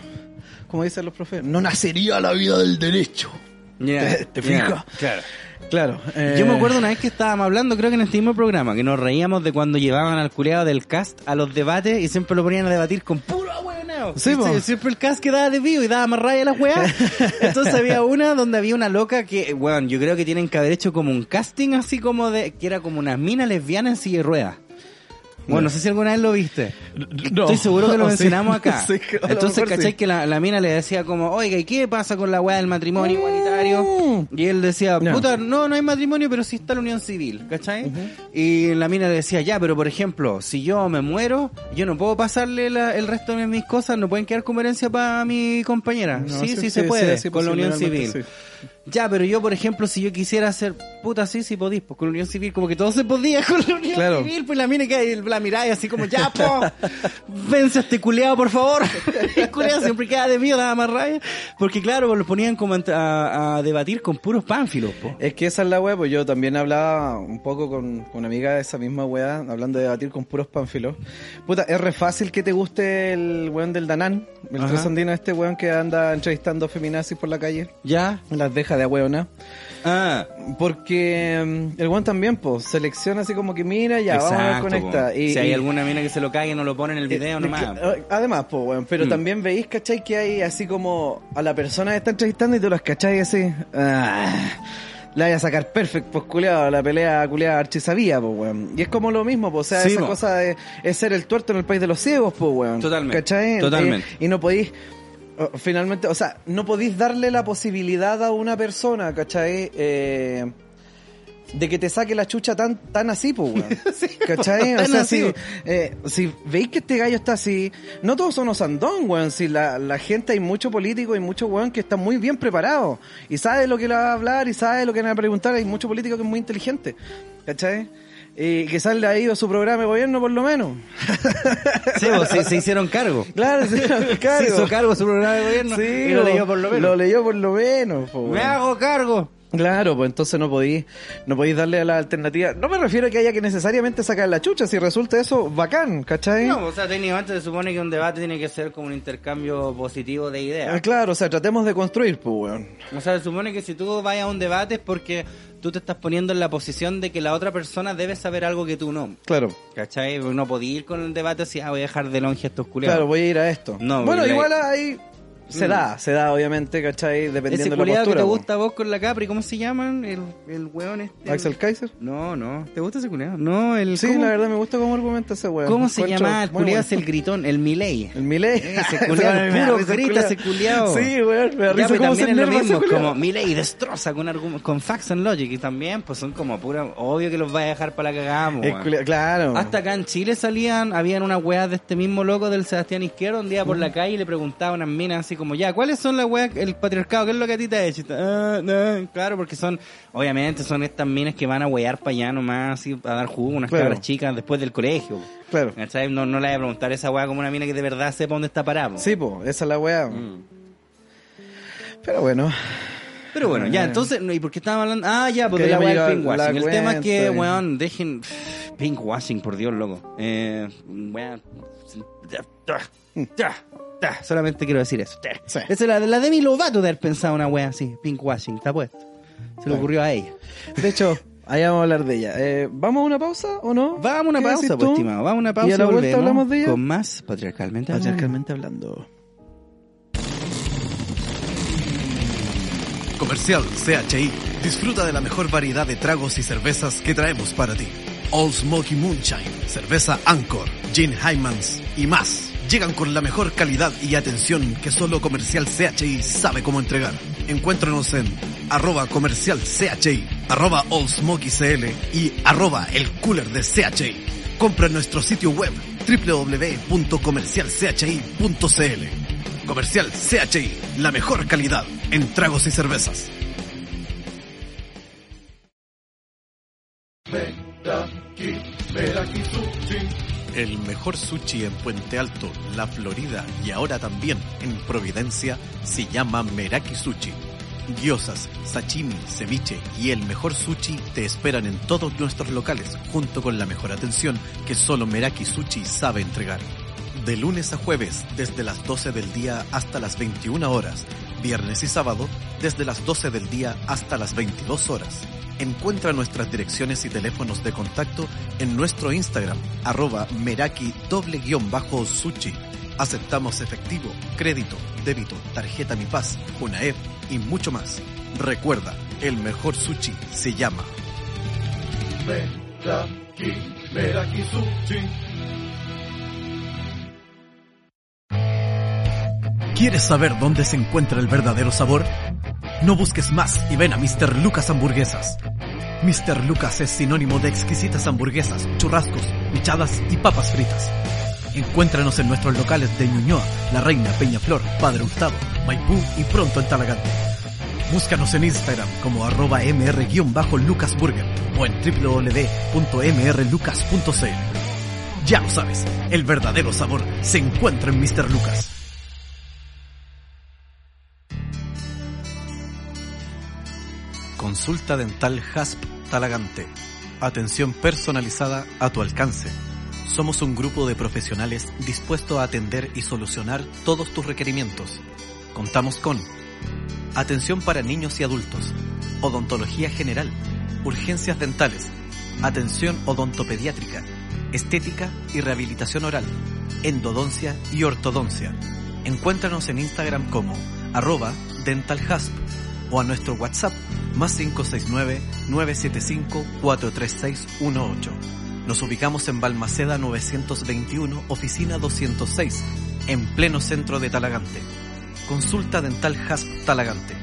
S3: como dicen los profes, no nacería la vida del derecho.
S2: Ya,
S3: ¿Te- te
S2: ya,
S3: fijas?
S2: Claro.
S3: Claro. eh,
S2: Yo me acuerdo una vez que estábamos hablando, creo que en este mismo programa, que nos reíamos de cuando llevaban al culeado del cast a los debates y siempre lo ponían a debatir con puro hueoneo.
S3: Sí,
S2: Y
S3: po.
S2: se- Siempre el cast quedaba de vivo y daba más raya a las weas.
S3: (laughs)
S2: Entonces había una donde había una loca que, weón, yo creo que tienen que haber hecho como un casting así como de, que era como una mina lesbiana en silla de ruedas. Bueno, no sé si alguna vez lo viste.
S3: no.
S2: Estoy seguro que lo
S3: (laughs) Sí,
S2: mencionamos acá.
S3: sí, que a lo
S2: Entonces,
S3: mejor sí.
S2: ¿cachai? que la, la mina le decía como, oiga, ¿y qué pasa con la weá del matrimonio
S3: Uh.
S2: igualitario? Y él decía,
S3: Ya.
S2: puta, no, no hay matrimonio, pero sí está la unión civil, ¿cachai? Y la mina le decía, ya, pero por ejemplo, si yo me muero, yo no puedo pasarle la- el resto de mis cosas, no pueden quedar como herencia para mi compañera.
S3: No,
S2: sí, sí, se puede,
S3: sí,
S2: con la unión
S3: posiblemente,
S2: civil. Ya, pero yo, por ejemplo, si yo quisiera hacer puta, sí, sí podís, pues con la Unión Civil, como que todo se podía (laughs) con la Unión
S3: Claro.
S2: Civil, pues la mina que la mirada y así como, ya, po, vence a este culeado, por favor. (laughs) El culeado siempre queda de miedo, nada más raya. Porque claro, pues, los ponían como ant- a, a debatir con puros pánfilos, po.
S3: Es que esa es la wea, pues yo también hablaba un poco con, con una amiga de esa misma wea, hablando de debatir con puros pánfilos. Puta, es re fácil que te guste el weón del Danán, el
S2: Ajá.
S3: trasandino este weón que anda entrevistando feminazis por la calle.
S2: Ya.
S3: Las deja de weona.
S2: Ah,
S3: Porque mm, el weón también, pues, selecciona así como que mira, ya, vamos a ver con
S2: exacto,
S3: esta.
S2: po. si hay alguna mina que se lo cague, no lo pone en el video
S3: eh,
S2: nomás. Mm.
S3: que- eh, Además, pues, weón, pero también veis, ¿cachai? Que hay así como a la persona que está entrevistando y tú las cachai así. ah, la voy a sacar perfect, pues, culeado, la pelea culeada archisabía, pues, weón. Y es como lo mismo, pues, o sea,
S2: Sí,
S3: esa
S2: po.
S3: cosa de es ser el tuerto en el país de los ciegos, pues, weón.
S2: Totalmente,
S3: ¿Cachai?
S2: totalmente.
S3: Y, y no podís. oh, Finalmente, o sea, no podís darle la posibilidad a una persona, ¿cachai? Eh, de que te saque la chucha tan, tan así, pues,
S2: (laughs)
S3: weón. ¿Cachai?
S2: tan
S3: o sea,
S2: así,
S3: si,
S2: po.
S3: eh, si veis que este gallo está así, no todos son osandón, weón. Si la, la gente, hay mucho político y mucho weón que está muy bien preparado y sabe lo que le va a hablar y sabe lo que le va a preguntar. Hay mucho político que es muy inteligente, ¿cachai? Y que sale ahí a su programa de gobierno, por lo
S2: (laughs)
S3: menos.
S2: Sí, po, se, se hicieron
S3: (laughs)
S2: cargo.
S3: Claro, sí, claro.
S2: Se hizo cargo su programa de gobierno
S3: Sí,
S2: y lo
S3: po.
S2: leyó por lo menos.
S3: Lo leyó por lo menos, po,
S2: Me
S3: weón.
S2: hago cargo.
S3: Claro, pues entonces no podéis no podís darle a la alternativa. No me refiero a que haya que necesariamente sacar la chucha, si resulta eso, bacán, ¿cachai?
S2: No, o sea, técnicamente se supone que un debate tiene que ser como un intercambio positivo de
S3: Ah,
S2: ideas.
S3: Claro, o sea, tratemos de construir, pues, weón.
S2: O sea, se supone que si tú vas a un debate es porque tú te estás poniendo en la posición de que la otra persona debe saber algo que tú no.
S3: Claro,
S2: ¿Cachai? No podía ir con el debate así, ah, voy a dejar de longe a estos culiados.
S3: claro, voy a ir a esto.
S2: No,
S3: bueno,
S2: porque
S3: igual ahí se
S2: Mm.
S3: da, se da, obviamente, ¿cachai?
S2: Ese
S3: Dependiendo de la
S2: culiado que
S3: postura.
S2: te
S3: weón.
S2: gusta a vos con la Capri, ¿cómo se llaman? El, el weón este.
S3: ¿Axel Kaiser?
S2: No, no. ¿Te gusta ese culiado? No, el.
S3: Sí,
S2: ¿cómo,
S3: la verdad me gusta cómo argumenta ese weón.
S2: ¿Cómo se
S3: Encuentro
S2: llamaba? El
S3: muy
S2: culiado
S3: bueno.
S2: es el gritón, el Miley.
S3: (laughs) El
S2: (laughs)
S3: Milei. (laughs)
S2: Ese culiao,
S3: Me da
S2: puro
S3: risa el
S2: grita ese culiao.
S3: Sí, weón, me da
S2: Ya,
S3: risa
S2: pero
S3: cómo
S2: también
S3: se
S2: es lo
S3: enerva ese
S2: mismo,
S3: culiao.
S2: como Miley destroza con, argu- con Facts and Logic y también, pues son como pura, obvio que los va a dejar para la cagamos.
S3: El culiao, Claro.
S2: Hasta acá en Chile salían, habían unas weas de este mismo loco del Sebastián Izquierdo, un día por la calle y le preguntaba a unas minas así como, ya, ¿cuáles son las weas, el patriarcado, qué es lo que a ti te ha hecho? Y ta- "Ah, no". Claro, porque son, obviamente, son estas minas que van a wear para allá nomás, así, a dar jugo, unas
S3: Claro.
S2: cabras chicas después del colegio.
S3: Claro.
S2: ¿Cachai? No, no le voy a preguntar a esa wea como una mina que de verdad sepa dónde está parado.
S3: Sí, pues, esa es la weá.
S2: Mm.
S3: Pero bueno.
S2: Pero bueno, ya, entonces, no, ¿y por qué estábamos hablando? Ah, ya, pues
S3: Eh. Que
S2: de la
S3: habíamos
S2: weá del
S3: llegado a la
S2: pinkwashing. El tema es que,
S3: cuenta.
S2: weón, dejen. pff, Pinkwashing, por Dios, loco. Eh, weón. ta, ta, ta, ta, Solamente quiero decir eso. ta.
S3: Sí.
S2: Esa es la, la de mi Lovato de haber pensado una weá así. Pinkwashing, está puesto. Se le
S3: Bueno.
S2: ocurrió a ella.
S3: De hecho, allá vamos a hablar de ella. Eh, ¿Vamos a una pausa o no?
S2: Vamos a una
S3: ¿Qué decís
S2: pausa, pues,
S3: tú?
S2: estimado. Vamos a una pausa
S3: Y a la vuelta
S2: volvemos
S3: hablamos de ella.
S2: con más patriarcalmente. Hablando.
S3: Patriarcalmente hablando.
S4: Comercial CHI. Disfruta de la mejor variedad de tragos y cervezas que traemos para ti. All Smoky Moonshine, cerveza Anchor, Gin Hymans y más. Llegan con la mejor calidad y atención que solo Comercial CHI sabe cómo entregar. Encuéntranos en arroba comercial CHI, arroba All Smoky CL y arroba el cooler de CHI. Compra en nuestro sitio web www.comercialchi.cl. Comercial CHI, la mejor calidad en tragos y cervezas. El mejor sushi en Puente Alto, La Florida y ahora también en Providencia se llama Meraki Sushi. Gyozas, sashimi, ceviche y el mejor sushi te esperan en todos nuestros locales junto con la mejor atención que solo Meraki Sushi sabe entregar. De lunes a jueves, desde las 12 del día hasta las 21 horas. Viernes y sábado, desde las 12 del día hasta las 22 horas. Encuentra nuestras direcciones y teléfonos de contacto en nuestro Instagram, arroba meraki doble guión bajo sushi. Aceptamos efectivo, crédito, débito, tarjeta Mi Paz, UNAEP y mucho más. Recuerda, el mejor sushi se llama ¿Quieres saber dónde se encuentra el verdadero sabor? No busques más y ven a Mr. Lucas Hamburguesas. Mr. Lucas es sinónimo de exquisitas hamburguesas, churrascos, michadas y papas fritas. Encuéntranos en nuestros locales de Ñuñoa, La Reina, Peñaflor, Padre Hurtado, Maipú y pronto en Talagante. Búscanos en Instagram como arroba mr-lucasburger o en www.mrlucas.cl. Ya lo sabes, el verdadero sabor se encuentra en Mr. Lucas. Consulta Dental Hasp Talagante. Atención personalizada a tu alcance. Somos un grupo de profesionales dispuestos a atender y solucionar todos tus requerimientos. Contamos con atención para niños y adultos, odontología general, urgencias dentales, atención odontopediátrica, estética y rehabilitación oral, endodoncia y ortodoncia. Encuéntranos en Instagram como arroba dentalhasp o a nuestro WhatsApp más 569-975-43618. Nos ubicamos en Balmaceda 921, oficina 206, en pleno centro de Talagante. Consulta Dental Hasp Talagante.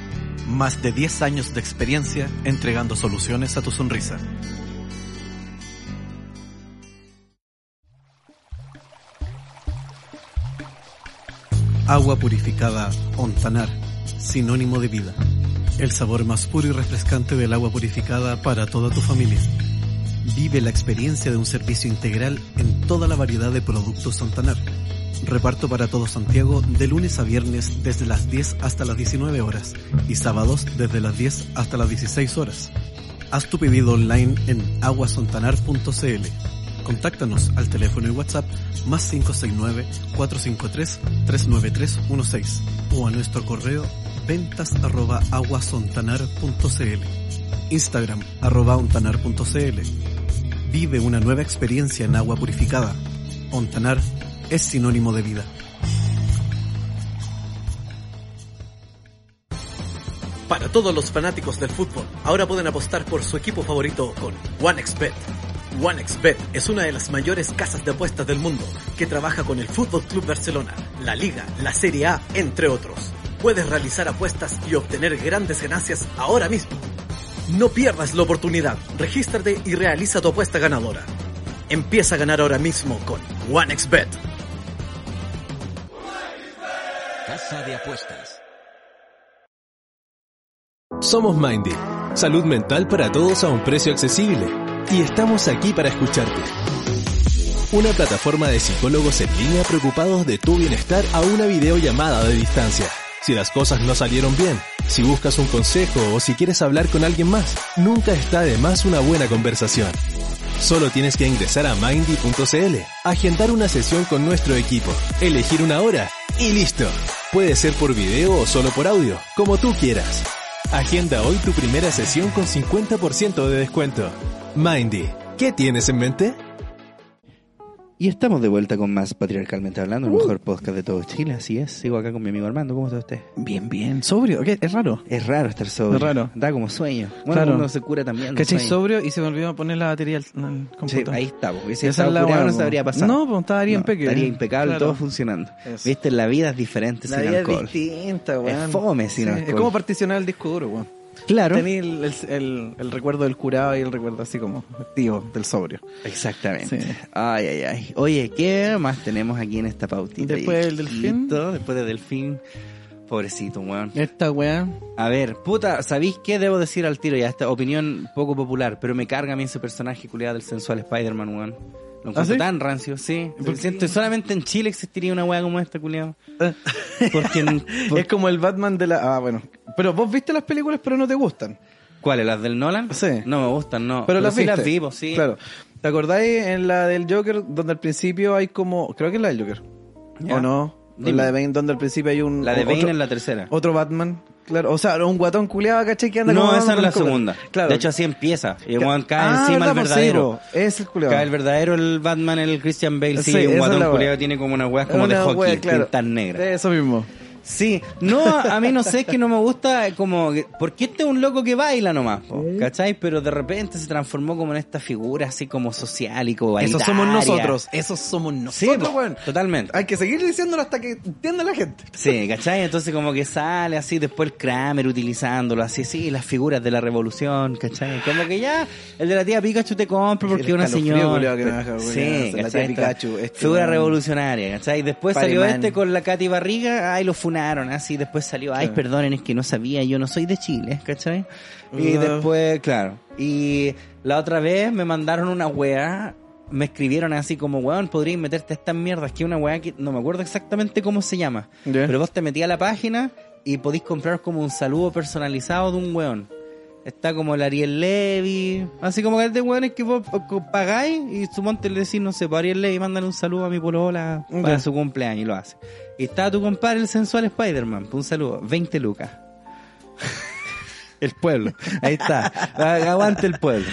S4: Más de 10 años de experiencia entregando soluciones a tu sonrisa. Agua purificada Ontanar, sinónimo de vida. El sabor más puro y refrescante del agua purificada para toda tu familia. Vive la experiencia de un servicio integral en toda la variedad de productos Ontanar. Reparto para todo Santiago de lunes a viernes desde las 10 hasta las 19 horas y sábados desde las 10 hasta las 16 horas. Haz tu pedido online en aguasontanar.cl. Contáctanos al teléfono y WhatsApp más 569-453-39316 o a nuestro correo ventas arroba aguasontanar.cl Instagram arroba ontanar.cl Vive una nueva experiencia en agua purificada. Ontanar es sinónimo de vida. Para todos los fanáticos del fútbol, ahora pueden apostar por su equipo favorito con OneXBet. OneXBet es una de las mayores casas de apuestas del mundo que trabaja con el Fútbol Club Barcelona, la Liga, la Serie A, entre otros. Puedes realizar apuestas y obtener grandes ganancias ahora mismo. No pierdas la oportunidad, regístrate y realiza tu apuesta ganadora. Empieza a ganar ahora mismo con OneXBet.
S5: Casa de apuestas.
S6: Somos Mindy, salud mental para todos a un precio accesible. Y estamos aquí para escucharte. Una plataforma de psicólogos en línea preocupados de tu bienestar a una videollamada de distancia. Si las cosas no salieron bien, si buscas un consejo o si quieres hablar con alguien más, nunca está de más una buena conversación. Solo tienes que ingresar a mindy.cl, agendar una sesión con nuestro equipo, elegir una hora y listo. Puede ser por video o solo por audio, como tú quieras. Agenda hoy tu primera sesión con 50% de descuento. Mindy, ¿qué tienes en mente?
S2: Y estamos de vuelta con más Patriarcalmente Hablando,
S3: Uh.
S2: el mejor podcast de todo Chile, así es. Sigo acá con mi amigo Armando, ¿cómo está usted?
S3: Bien, bien. Sobrio, ¿qué? Es raro.
S2: Es raro estar sobrio.
S3: Es raro.
S2: Da como sueño. Bueno,
S3: Claro.
S2: uno se cura también.
S3: ¿Cachai?
S2: sueño.
S3: Sobrio y se me olvidó poner la batería al al
S2: Sí,
S3: computador.
S2: ahí está, porque si
S3: Esa es
S2: estaba
S3: la
S2: curado
S3: weá,
S2: no
S3: po.
S2: se habría pasado.
S3: No, po, estaría impecable.
S2: Estaría impecable,
S3: Claro.
S2: todo funcionando.
S3: Eso.
S2: Viste, la vida es diferente
S3: La
S2: sin
S3: vida
S2: alcohol.
S3: es distinta, weón.
S2: Es fome sin
S3: Sí, Es
S2: alcohol.
S3: como particionar el disco duro, weón.
S2: Claro.
S3: Tenía el, el- el- el recuerdo del curado y el recuerdo así como activo del sobrio.
S2: Exactamente.
S3: Sí.
S2: Ay, ay, ay. Oye, ¿qué más tenemos aquí en esta pautita?
S3: Después del
S2: Hijito,
S3: delfín.
S2: Después del delfín. Pobrecito, weón.
S3: Esta weá.
S2: A ver, puta, ¿sabéis qué debo decir al tiro? Ya esta opinión poco popular, pero me carga a mí ese personaje culiado del sensual Spider-Man, weón. Lo encuentro
S3: ¿Ah, sí?
S2: tan rancio, sí.
S3: ¿Por qué?
S2: Siento, solamente en Chile existiría una weá como esta, culiado. Porque
S3: (laughs)
S2: en- por-
S3: Es como el Batman de la. Ah, bueno. Pero vos viste las películas, pero no te gustan.
S2: ¿Cuáles? ¿Las del Nolan?
S3: Sí.
S2: No me gustan, no.
S3: Pero, las
S2: sí
S3: viste.
S2: las vivo, sí.
S3: Claro. ¿Te acordáis en la del Joker, donde al principio hay como. Creo que es la del Joker.
S2: Ya.
S3: ¿O no?
S2: Dime.
S3: La de Bane, donde al principio hay un.
S2: La de Bane
S3: otro,
S2: en la tercera.
S3: Otro Batman. Claro. O sea, un guatón culeado, ¿cachai? Que anda
S2: No,
S3: como-
S2: esa es la segunda.
S3: Claro.
S2: De hecho, así empieza. Y weón, cae
S3: Ah,
S2: encima el
S3: verdad, pues, sí,
S2: verdadero.
S3: po. es el culeado.
S2: Cae el verdadero, el Batman, el Christian Bale. Sí,
S3: Sí, esa
S2: un
S3: es la
S2: guatón
S3: weá.
S2: culiado tiene como unas weas como de
S3: Una
S2: hockey,
S3: wea, claro.
S2: pintas negras.
S3: Eso mismo.
S2: Sí, no, a mí no sé, es que no me gusta eh, como... que- Porque este es un loco que baila nomás, po, ¿cachai? Pero de repente se transformó como en esta figura así como social y como
S3: Esos somos
S2: igualitaria.
S3: nosotros. Esos somos
S2: Sí,
S3: nosotros,
S2: po,
S3: weón.
S2: totalmente.
S3: Hay que seguir diciéndolo hasta que entienda la gente.
S2: Sí, ¿cachai? Entonces como que sale así, después el Kramer utilizándolo, así, sí, las figuras de la revolución, ¿cachai? Como que ya el de la tía Pikachu te compra porque
S3: El
S2: una
S3: escalofrío,
S2: señora...
S3: culiao, que me baja, culiao,
S2: sí,
S3: la tía
S2: ¿cachai? Esta
S3: Pikachu, este
S2: figura
S3: man.
S2: revolucionaria, ¿cachai? Después salió
S3: Pac-Man.
S2: este con la Katy Barriga, ay, lo funaron, así, después salió, ay,
S3: Sí.
S2: perdonen, es que no sabía, yo no soy de Chile, ¿cachai? Y
S3: Ah.
S2: después, claro, y la otra vez me mandaron una weá... Me escribieron así como, weón, podrías meterte a estas mierdas, que es una weá que no me acuerdo exactamente cómo se llama.
S3: Ya.
S2: Pero vos te metí a la página y podís comprar como un saludo personalizado de un weón. Está como el Ariel Levy, así como que es de weones que vos co- pagáis y suponte le decís, no sé, para Ariel Levy, mándale un saludo a mi polola para
S3: Ya.
S2: su cumpleaños y lo hace. Y está tu compadre, el sensual Spider-Man, pues, un saludo, 20 lucas. El pueblo, ahí está, Ah, aguante el pueblo.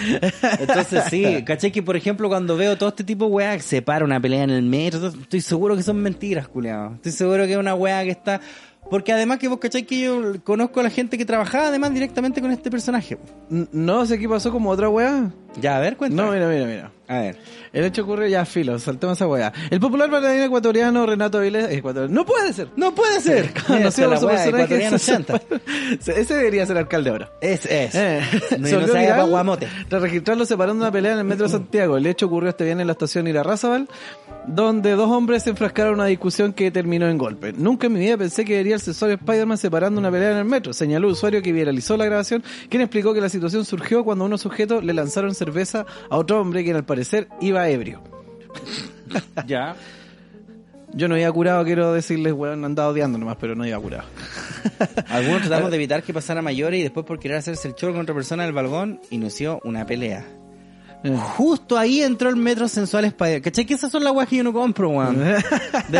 S2: Entonces sí, caché que por ejemplo cuando veo todo este tipo de weá que se para una pelea en el metro, todo- estoy seguro que son mentiras, culiao. Estoy seguro que es una weá que está... Porque además que vos cachai que yo conozco a la gente que trabajaba además directamente con este personaje.
S3: N- No sé qué pasó como otra weá.
S2: Ya, a ver, cuéntame.
S3: No, mira, mira, mira.
S2: A ver.
S3: El hecho ocurre ya filo, saltemos esa weá. El popular bailarín ecuatoriano Renato Avilés es ecuatoriano. ¡No puede ser! (laughs)
S2: No puede (laughs) ser.
S3: Conocido por su personaje de
S2: santa.
S3: Ese debería ser alcalde ahora.
S2: Es, (laughs) es.
S3: Eh,
S2: No,
S3: (laughs) se
S2: y no
S3: volvió
S2: se haga
S3: viral
S2: guamote. Mm.
S3: Tras registrarlo separando una pelea en el metro de Santiago, el hecho ocurrió este viernes en la estación Irarrázaval, donde dos hombres se enfrascaron en una discusión que terminó en golpe. Nunca en mi vida pensé que vería el sensor Spider-Man separando una pelea en el metro, señaló el usuario que viralizó la grabación, quien explicó que la situación surgió cuando unos sujetos le lanzaron cerveza a otro hombre quien al parecer iba ebrio.
S2: Ya.
S3: Yo no iba curado, quiero decirles, weón, andaba odiando nomás, pero no iba curado.
S2: Algunos tratamos de evitar que pasara mayores y después por querer hacerse el choro con otra persona en el balcón inició una pelea. Justo ahí entró el metro sensual Spider. ¿Cachai? Que esas son las weas que yo no compro, weón. De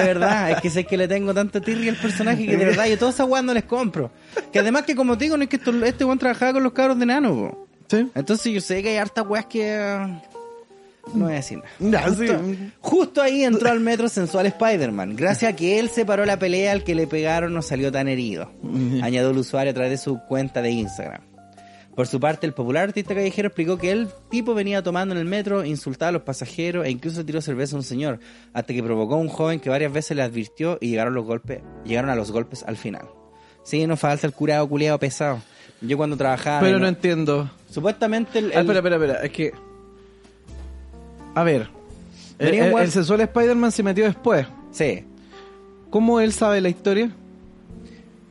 S2: verdad, es que sé que le tengo tanto tirri al personaje que de verdad yo todas esas weas no les compro. Que además que como te digo, no es que esto- este weón trabajaba con los cabros de nano, po.
S3: ¿Sí?
S2: Entonces yo sé que hay hartas weas que... eh, No voy a decir nada.
S3: Ya, sí.
S2: Justo, justo ahí entró al metro sensual Spider-Man. Gracias a que él separó la pelea al que le pegaron no salió tan herido. Añadió el usuario a través de su cuenta de Instagram. Por su parte, el popular artista callejero explicó que el tipo venía tomando en el metro, insultaba a los pasajeros e incluso tiró cerveza a un señor, hasta que provocó a un joven que varias veces le advirtió y llegaron los golpes, llegaron a los golpes al final. Sí, no falta el curado culiado pesado. Yo cuando trabajaba.
S3: Ah, Pero
S2: en-
S3: no entiendo.
S2: Supuestamente el,
S3: Ah,
S2: el-
S3: espera, espera, espera, es que. A ver. El,
S2: Venía un
S3: el-
S2: guan-
S3: el sensual Spider-Man se metió después.
S2: Sí.
S3: ¿Cómo él sabe la historia?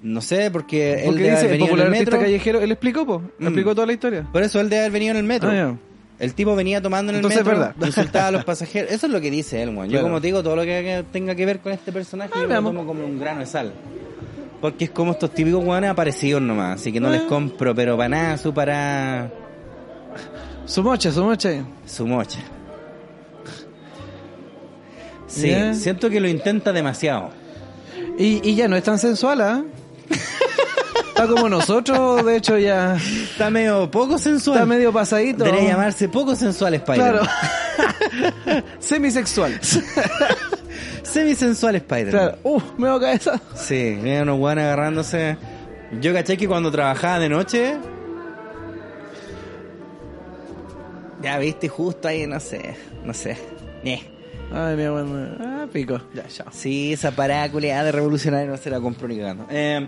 S2: No sé, porque, él
S3: Porque
S2: debe haber
S3: dice, el
S2: venido en
S3: popular
S2: el
S3: artista
S2: metro.
S3: callejero, él explicó, po.
S2: Mm.
S3: Explicó toda la historia.
S2: Por eso él debe haber venido en el metro.
S3: Ah, ya.
S2: El tipo venía tomando en el
S3: Entonces es
S2: metro,
S3: verdad.
S2: insultaba
S3: (laughs)
S2: a los pasajeros. Eso es lo que dice él, weón. Yo
S3: Claro.
S2: como te digo, todo lo que- que tenga que ver con este personaje,
S3: Ah,
S2: yo lo
S3: veamos.
S2: tomo como un grano de sal. Porque es como estos típicos weones aparecidos nomás, así que no
S3: Ah.
S2: les compro, pero para nada, su para
S3: Su mocha, su mocha.
S2: su mocha. Sí,
S3: Ya.
S2: siento que lo intenta demasiado.
S3: Y, y ya no es tan
S2: (laughs)
S3: sensual, ¿ah? Está como nosotros, de hecho ya.
S2: Está medio poco sensual.
S3: Está medio pasadito.
S2: Debería llamarse poco sensual Spider-Man.
S3: Claro. (laughs) Semisexual.
S2: Semisensual Spider-Man.
S3: Claro. Uh, me voy a cabeza.
S2: Sí, mira unos guanes agarrándose. Yo caché que cuando trabajaba de noche. Ya viste, justo ahí, no sé, no sé. Ñe.
S3: Ay, mi bueno. Ah, pico. Ya, chao.
S2: Sí, esa parada culeada de revolucionario no se la compró ni cagando. Eh,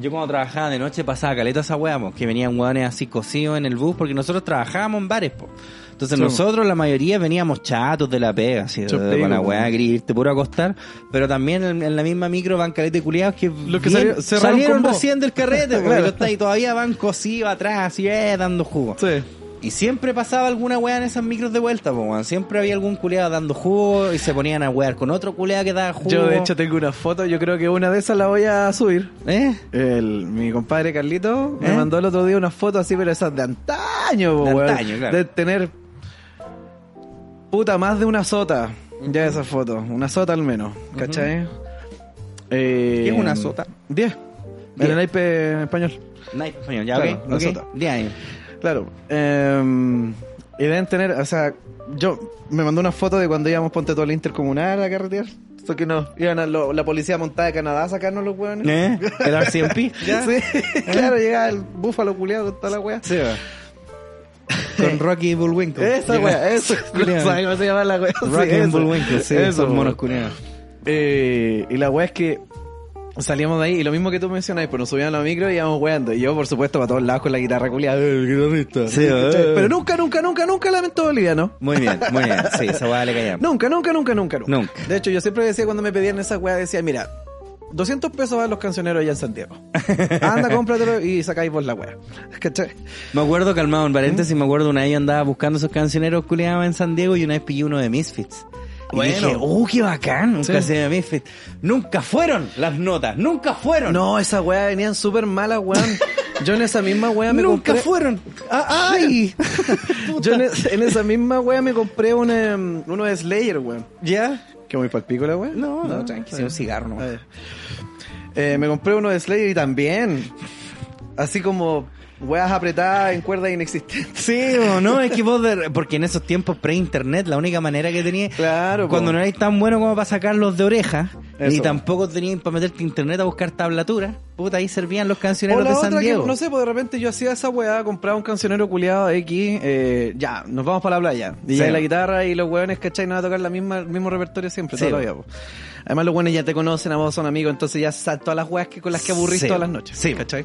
S2: yo cuando trabajaba de noche pasaba caleta esa hueá, po, que venían hueones así cocidos en el bus, porque nosotros trabajábamos en bares, po. Entonces
S3: Sí.
S2: nosotros, la mayoría, veníamos chatos de la pega, así,
S3: Yo
S2: con
S3: pego,
S2: la
S3: po.
S2: hueá gris, te puro acostar, pero también en, en la misma micro van caleta de culiados que,
S3: que
S2: bien
S3: salió- cerraron
S2: salieron
S3: con vos.
S2: recién del carrete,
S3: (laughs)
S2: porque
S3: Claro.
S2: los está- y todavía van cosidos atrás, así, eh, dando jugo.
S3: Sí.
S2: Y siempre pasaba alguna weá en esas micros de vuelta, po, weón. Siempre había algún culeado dando jugo y se ponían a wear con otro culeado que daba jugo.
S3: Yo, de hecho, tengo una foto. Yo creo que una de esas la voy a subir.
S2: ¿Eh?
S3: El, mi compadre Carlito me
S2: ¿Eh?
S3: mandó el otro día una foto así, pero esas de antaño, po,
S2: De
S3: weón.
S2: antaño, claro.
S3: De tener puta más de una sota. Ya esa foto, una sota al menos, ¿cachai? Eh,
S2: ¿Qué es una sota?
S3: Diez. En
S2: Diez.
S3: el naipe español.
S2: Nike, español, ya,
S3: Claro,
S2: ok,
S3: la
S2: ok.
S3: sota.
S2: De ahí.
S3: Claro. eh, y deben tener, o sea, yo me mandó una foto de cuando íbamos ponte todo el intercomunal a carretear. Esto que nos iban a lo- la policía montada de Canadá a sacarnos los hueones.
S2: ¿Eh? El RCMP. (laughs) ¿Ya?
S3: Sí, (laughs) claro, llegaba el búfalo culeado con toda la wea.
S2: Sí, va. Con Rocky y Bullwinkle.
S3: Esa
S2: Llega-
S3: wea,
S2: (laughs)
S3: eso.
S2: Culeado.
S3: ¿Sabes cómo se llama la wea?
S2: Rocky y
S3: eso.
S2: Bullwinkle, sí,
S3: Eso,
S2: esos monos
S3: wea.
S2: culiados.
S3: Eh, y la wea es que salíamos de ahí y lo mismo que tú mencionas, pues nos subíamos a la micro y íbamos weando. Y yo, por supuesto, para todos lados con la guitarra culiada. "Eh, el guitarrista.
S2: Sí, eh.
S3: Pero nunca, nunca, nunca, nunca lamento boliviano.
S2: Muy bien, muy bien. Sí, esa weá le callamos.
S3: Nunca, nunca, nunca, nunca, nunca.
S2: Nunca.
S3: De hecho, yo siempre decía cuando me pedían esa weá, decía, mira, 200 pesos van los cancioneros allá en Santiago.
S2: (laughs)
S3: Anda, cómpratelo y sacáis vos la weá. (laughs) ¿Cachai?
S2: Me acuerdo, calmado, en paréntesis, me acuerdo una vez yo andaba buscando esos cancioneros culiados en San Diego y una vez pillé uno de Misfits. Y
S3: Bueno.
S2: dije, ¡uh, qué bacán! Un
S3: Sí.
S2: cancionero de Misfits. Nunca fueron las notas, nunca fueron.
S3: No, esa weá venían súper malas, weón. Yo en esa misma weá me
S2: nunca
S3: compré...
S2: fueron. Ah,
S3: (laughs)
S2: ¡Ay! (laughs)
S3: Yo en, es- en esa misma wea me compré un, em, uno de Slayer, weón.
S2: ¿Ya?
S3: Que muy palpico la wea.
S2: No, no, tranqui, sí, un cigarro nomás.
S3: Eh, eh, me compré uno de Slayer y también. Así como weas apretadas en cuerdas inexistentes.
S2: Sí, o no, es que vos, de- porque en esos tiempos pre-internet, la única manera que tenía,
S3: Claro, po.
S2: cuando no erais tan bueno como para sacarlos de oreja,
S3: Eso.
S2: y tampoco tenías para meterte a internet a buscar tablaturas, puta, ahí servían los cancioneros
S3: O la
S2: de San
S3: otra que,
S2: Diego.
S3: no sé, pues de repente yo hacía esa weá, compraba un cancionero culiado X, eh, ya, nos vamos para la playa. Y
S2: Sí.
S3: ya la guitarra y los weones, ¿cachai? Nos va a tocar la misma, el mismo repertorio siempre,
S2: Sí,
S3: toda la
S2: po.
S3: vida, po. Además los weones ya te conocen, a vos son amigos, entonces ya salto a las weas que, con las que aburrís
S2: Sí,
S3: todas las noches.
S2: sí.
S3: ¿cachai?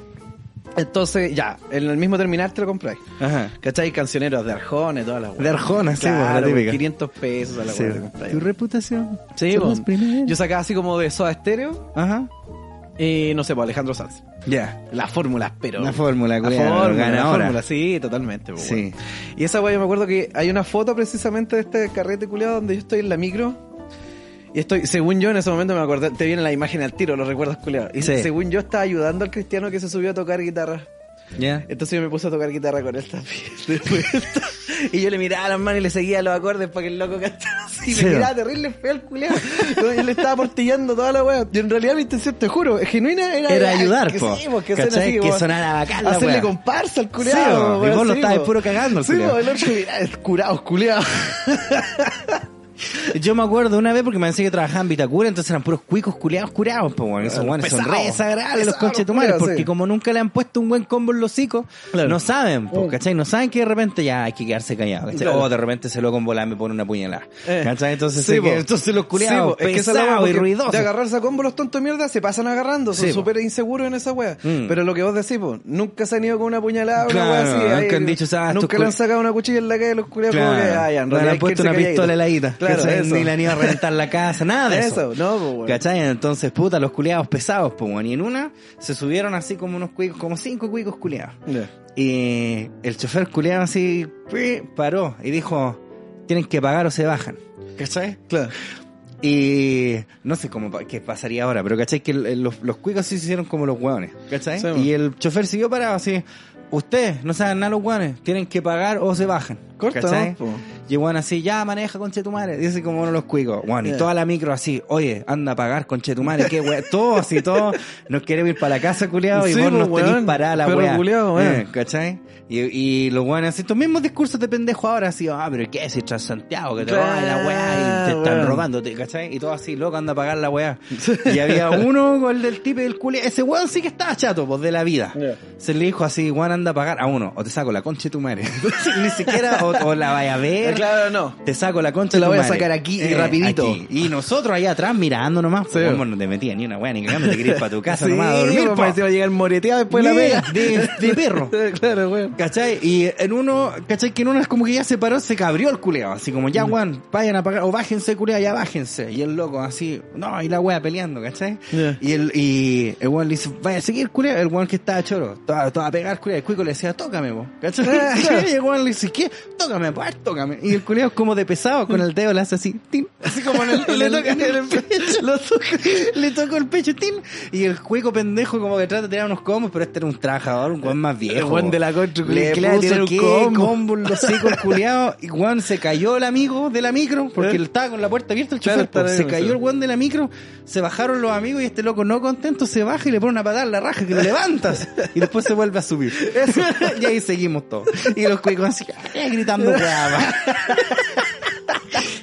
S3: Entonces, ya, en el mismo terminar te lo compráis.
S2: Ajá.
S3: ¿Cachai? Cancioneros de Arjones, todas las weas.
S2: De Arjona, sí, po, la
S3: claro,
S2: típica.
S3: 500 pesos a la
S2: Sí.
S3: wea te compráis.
S2: Tu reputación.
S3: Sí,
S2: Son
S3: po.
S2: los primeros.
S3: yo sacaba así como de Soda Estéreo
S2: Ajá.
S3: y no sé, pues Alejandro Sanz.
S2: Ya.
S3: Las fórmulas, pero.
S2: La fórmula,
S3: la
S2: culiao,
S3: fórmula, la
S2: ganadora.
S3: fórmula, sí, totalmente. po,
S2: Sí.
S3: weón. Y esa weá, yo me acuerdo que hay una foto precisamente de este carrete culiado donde yo estoy en la micro. Y estoy, según yo, en ese momento me acordé, te viene la imagen al tiro, los recuerdos culiados. Y
S2: Sí.
S3: según yo, estaba ayudando al cristiano que se subió a tocar guitarra.
S2: Ya.
S3: Entonces yo me puse a tocar guitarra con él también. (laughs) después. y yo le miraba a las manos y le seguía los acordes para que el loco cantara así.
S2: Sí.
S3: Me miraba terrible feo el culiado. Yo le estaba portillando toda la weá. Y en realidad mi intención, te juro, genuina era...
S2: Era ayudar,
S3: que,
S2: po.
S3: sí, po, que, suene
S2: ¿Cachai?
S3: así,
S2: Que
S3: po.
S2: sonara bacán la
S3: Hacerle
S2: weá.
S3: comparsa al
S2: Sí,
S3: culiado.
S2: po. Y vos lo estabas puro cagando, el
S3: Sí,
S2: culiao.
S3: po, el otro miraba, el curado, culiado.
S2: Yo me acuerdo una vez porque me decía que trabajaba en Vitacura, entonces eran puros cuicos culeados curados, pues bueno, esos guanes son
S3: pesados.
S2: re desagradables los
S3: Pesados
S2: conches de tu madre,
S3: culiados,
S2: porque
S3: sí.
S2: como nunca le han puesto un buen combo en los hocicos,
S3: Claro.
S2: no saben, pues, ¿cachai? No saben que de repente ya hay que quedarse callado, ¿cachai?
S3: Claro.
S2: O de repente se lo con volada me pone una puñalada,
S3: Eh.
S2: ¿cachai? Entonces,
S3: Sí,
S2: se
S3: po.
S2: que- entonces los
S3: Sí,
S2: culeados
S3: po, es que esa es la
S2: pesados
S3: weá,
S2: y
S3: porque
S2: ruidosos.
S3: De agarrarse a combo los tontos de mierda se pasan agarrando, son
S2: Sí, po.
S3: súper inseguros en esa wea.
S2: Mm.
S3: Pero lo que vos decís, po, nunca se han ido con una puñalada o
S2: Claro,
S3: una wea así.
S2: nunca
S3: ahí,
S2: han dicho, "Ah, estos
S3: Nunca le han
S2: cul-
S3: sacado una cuchilla en la calle a los culiados
S2: Claro.
S3: como que, ah, ya, en
S2: No le
S3: realidad
S2: han
S3: hay que
S2: puesto
S3: irse
S2: una
S3: calladito".
S2: pistola heladita.
S3: Claro,
S2: ¿cachai?
S3: eso.
S2: Ni le han ido a reventar la casa, nada de eso.
S3: Eso, no, po, weón.
S2: ¿Cachai? Entonces, puta, los culeados pesados, pues, weón. Y en una se subieron así como unos cuicos, como cinco cuicos culeados.
S3: Ya.
S2: Y el chofer culeado así pi, paró y dijo, tienen que pagar o se bajan. ¿Cachai?
S3: Claro.
S2: Y no sé cómo pa- qué pasaría ahora, pero ¿cachai? Que el- el- los, los cuicos sí se hicieron como los hueones. ¿Cachai?
S3: Sí,
S2: y el chofer siguió parado así, ustedes no saben nada los hueones, tienen que pagar o se bajan.
S3: Corta,
S2: ¿cachai?
S3: ¿no? Po.
S2: Y bueno, así, ya maneja conchetumare. Dice como uno de los cuicos. Bueno, y toda la micro así, oye, anda a pagar conchetumare, qué wea. Todo así, todo. Nos queremos ir para la casa, culiado, y
S3: Sí,
S2: vos
S3: pues,
S2: nos tenés
S3: weón,
S2: parada la
S3: perro
S2: wea.
S3: culiao, weón.
S2: Eh, ¿Cachai? Y, y los weones así, estos mismos discursos de pendejo ahora así, ah, pero ¿qué es tras Santiago? Que te
S3: Claro,
S2: roban la wea y te están
S3: weón.
S2: robando, te- ¿cachai? Y todo así, loco, anda a pagar la wea. Y había uno con el del tipo del culiao. Ese weón sí que estaba chato, pues, de la vida. Se le dijo así, Juan anda a pagar a uno, o te saco la concha de tu madre. (laughs) Ni siquiera, o, o la vaya a ver.
S3: Eh, Claro, no.
S2: Te saco la concha
S3: Te la
S2: de tu
S3: voy a
S2: madre. Eh,
S3: sacar aquí y rapidito.
S2: aquí. Y nosotros allá atrás mirando nomás.
S3: Sí.
S2: pues, weón, no te metías ni una weá, ni cagando, te querías para tu casa
S3: Sí,
S2: nomás a dormir.
S3: pues,
S2: po.
S3: parece que va a llegar moreteado después de la
S2: Mira,
S3: pega.
S2: de, (laughs) de perro.
S3: claro, weón.
S2: ¿Cachai? Y en uno, ¿cachai? Que en uno es como que ya se paró, se cabrió el culeo. Así como, ya, weón, vayan a pagar, o bájense, culeo, ya bájense. Y el loco, así, no, y la wea peleando, ¿cachai?
S3: Ya.
S2: Y el, y el weón le dice, vaya a seguir, culeo. El weón que estaba choro, toda, toda a pegar, culeo. El cuico le decía, tócame, vos, ¿cachai? (laughs) y el weón le dice, ¿qué? Tócame, pues, a ver, tócame. Y el culeo, como de pesado, con el dedo le hace así, tin. Así como en el,
S3: Y (laughs) le
S2: en el-
S3: toca
S2: (laughs)
S3: en el
S2: pecho. Lo toca- le tocó el pecho, tin. Y el cuico pendejo, como que trata de tirar unos combos, pero este era un trabajador, un weón más viejo.
S3: El weón
S2: po.
S3: de la contra,
S2: Le
S3: que le va a tirar
S2: puso
S3: un
S2: que
S3: combo.
S2: combo en los secos
S3: (laughs)
S2: culiados. Y Juan se cayó el amigo de la micro, porque
S3: ¿Eh?
S2: él estaba con la puerta abierta el
S3: Claro,
S2: chofer. po.
S3: está
S2: se
S3: bien,
S2: cayó
S3: sí.
S2: el Juan de la micro, se bajaron los amigos y este loco no contento se baja y le pone una patada en la raja que lo levantas. Y después se vuelve a
S3: (laughs)
S2: subir. y ahí seguimos todos. Y los cuicos así, "Ah",
S3: (laughs)
S2: gritando weá.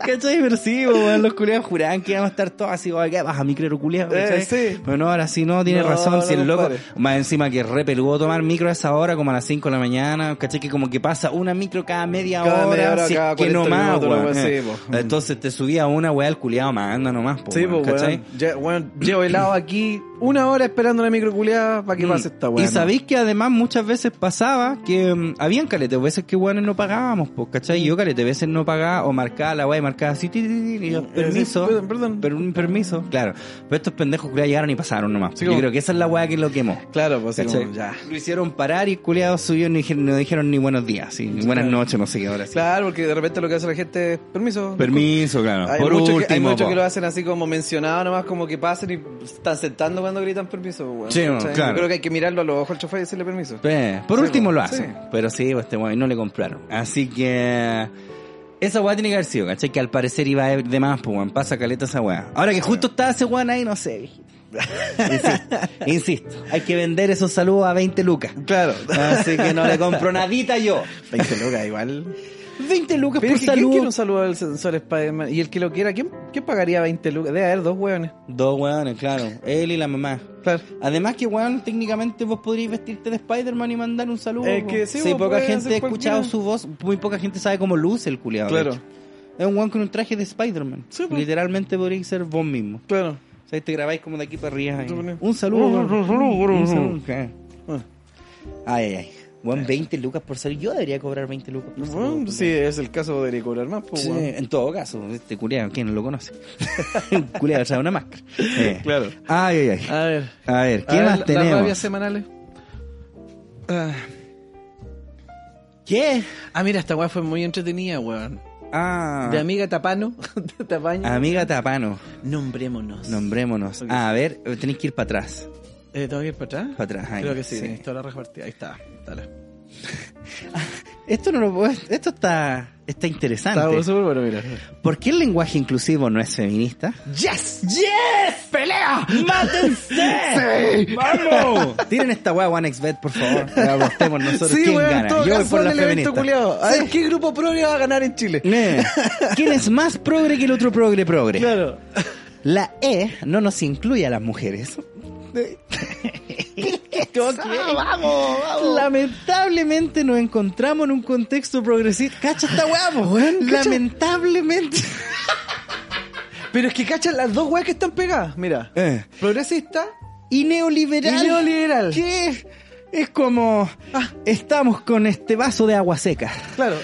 S2: ¿Cachai? Pero sí, po, weón, los culiados juraban que íbamos a estar todos así, oye, ¿qué baja micro culiado?
S3: Eh,
S2: ¿cachai?
S3: sí.
S2: Pero no, ahora sí no, tiene
S3: No,
S2: razón, si
S3: no,
S2: el loco,
S3: compadre.
S2: más encima que re peludo tomar micro a esa hora, como a las 5 de la mañana, ¿cachai? Que como que pasa una micro cada media
S3: Cada
S2: hora,
S3: media hora,
S2: si es
S3: cada
S2: que
S3: 40
S2: no más,
S3: minutos, una
S2: weón,
S3: wea
S2: eh.
S3: así, po.
S2: Entonces te subía una weá al culiado más, anda nomás, po,
S3: Sí,
S2: weón,
S3: pues,
S2: ¿cachai?
S3: weón. Ya, weón, Llevo helado aquí una hora esperando una microculeada para que pase esta weón.
S2: Mm. Y sabéis que además muchas veces pasaba que mm, habían caletes veces que weones no pagábamos, pues, ¿cachai? Yo calete veces no pagaba o marcaba la weá y marcaba así, ti, ti, ti, y yo, permiso,
S3: Eh, perdón, perdón.
S2: per- un permiso, claro. Pero estos pendejos culiados llegaron y pasaron nomás.
S3: Sí,
S2: yo
S3: como-
S2: creo que esa es la weá que lo quemó.
S3: Claro, pues así
S2: ¿Cachai?
S3: como, ya.
S2: Lo hicieron parar y culiados subió y no dijeron, no dijeron ni buenos días, sí, ni buenas noches, no sé qué ahora. sí.
S3: Claro, porque de repente lo que hace la gente es permiso.
S2: Permiso, claro.
S3: Hay
S2: Por
S3: muchos que- hay
S2: último,
S3: muchos
S2: po.
S3: que lo hacen así como mencionado nomás, como que pasen y están sentando cuando gritan permiso. weón.
S2: Sí,
S3: ¿Cachai?
S2: claro.
S3: Yo creo que hay que mirarlo a los ojos al chofer y decirle permiso.
S2: Eh, por
S3: Sí,
S2: último
S3: po.
S2: lo hacen.
S3: Sí.
S2: Pero sí, pues, este weón, y no le compraron. Así que. Esa weá tiene que haber sido, ¿cachai? Que al parecer iba de- de más, pues, weón. Pasa caleta esa weá. Ahora que justo estaba ese weón ahí, no sé. viejito. (laughs) Insisto, insisto. Hay que vender esos saludos a 20 lucas.
S3: (laughs) Claro.
S2: Así que no le compro nadita yo.
S3: 20 loca igual.
S2: 20 lucas
S3: Pero
S2: por
S3: es que, ¿quién quiere
S2: saludo.
S3: un saludo al sensual Spider-Man? Y el que lo quiera, ¿quién, quién pagaría 20 lucas? Debe haber dos hueones.
S2: Dos weones, claro. Él y la mamá.
S3: Claro.
S2: Además que, weón, técnicamente vos podrías vestirte de Spider-Man y mandar un saludo.
S3: Es
S2: po.
S3: que sí,
S2: Sí,
S3: vos
S2: poca
S3: podés
S2: gente ha
S3: hacer
S2: escuchado
S3: cualquiera.
S2: su voz, muy poca gente sabe cómo luce el culiado.
S3: Claro.
S2: Es un weón con un traje de Spider-Man.
S3: Sí, po.
S2: Literalmente podríais ser vos mismo.
S3: Claro.
S2: O sea, te grabáis como de aquí para arriba. ahí.
S3: Tú pones-
S2: Un saludo.
S3: Un
S2: weón.
S3: saludo,
S2: Un
S3: weón. Eh.
S2: saludo, claro.
S3: Ah.
S2: Ay, ay, ay. Weón, 20 lucas por saludo. Yo debería cobrar 20 lucas por saludo.
S3: Bueno,
S2: culiao.
S3: si es el caso de cobrar más, pues
S2: Sí,
S3: weón.
S2: en todo caso, este culiado, ¿quién no lo
S3: (laughs)
S2: conoce? Un culiado trae una máscara. Eh.
S3: Claro.
S2: Ay, ay, ay.
S3: A ver.
S2: A ver, ¿qué
S3: A ver,
S2: más
S3: la- Las
S2: tenemos?
S3: rabias semanales. Ah,
S2: ¿Qué?
S3: Ah, mira, esta weá fue muy entretenida, weón.
S2: Ah.
S3: De amiga Tapano, (laughs) de Tapaño.
S2: Amiga Tapano,
S3: Nombrémonos.
S2: nombrémonos.
S3: Ok.
S2: A ver, tenéis que ir para atrás.
S3: Eh, ¿Tengo que ir para atrás?
S2: Para atrás, ahí,
S3: Creo que sí,
S2: sí.
S3: tenés toda la raja partida. Ahí está, dale.
S2: Esto no lo puedo- Esto está, está interesante.
S3: Está súper bueno, mira.
S2: ¿Por qué el lenguaje inclusivo no es feminista?
S3: ¡Yes!
S2: ¡Yes! ¡Pelea! ¡Mátense! ¡Vamos! (laughs) Tiren esta weá a OneXBet, por favor. Apostemos nosotros
S3: Sí,
S2: quién
S3: weón,
S2: gana.
S3: todo
S2: Yo voy
S3: caso
S2: por
S3: en
S2: la
S3: el evento
S2: feminista.
S3: culiado. A ver, ¿qué grupo progre va a ganar en Chile?
S2: Eh, ¿Quién es más progre que el otro progre progre?
S3: Claro.
S2: La E no nos incluye a las mujeres. (laughs) Ah, ¡Vamos, vamos! Lamentablemente nos encontramos en un contexto progresista. ¡Cacha esta weá, po! Lamentablemente.
S3: Pero es que cachan las dos weas que están pegadas, mira.
S2: Eh.
S3: Progresista.
S2: Y neoliberal.
S3: Y neoliberal.
S2: ¿Qué? Es como.
S3: Ah.
S2: Estamos con este vaso de agua seca.
S3: Claro.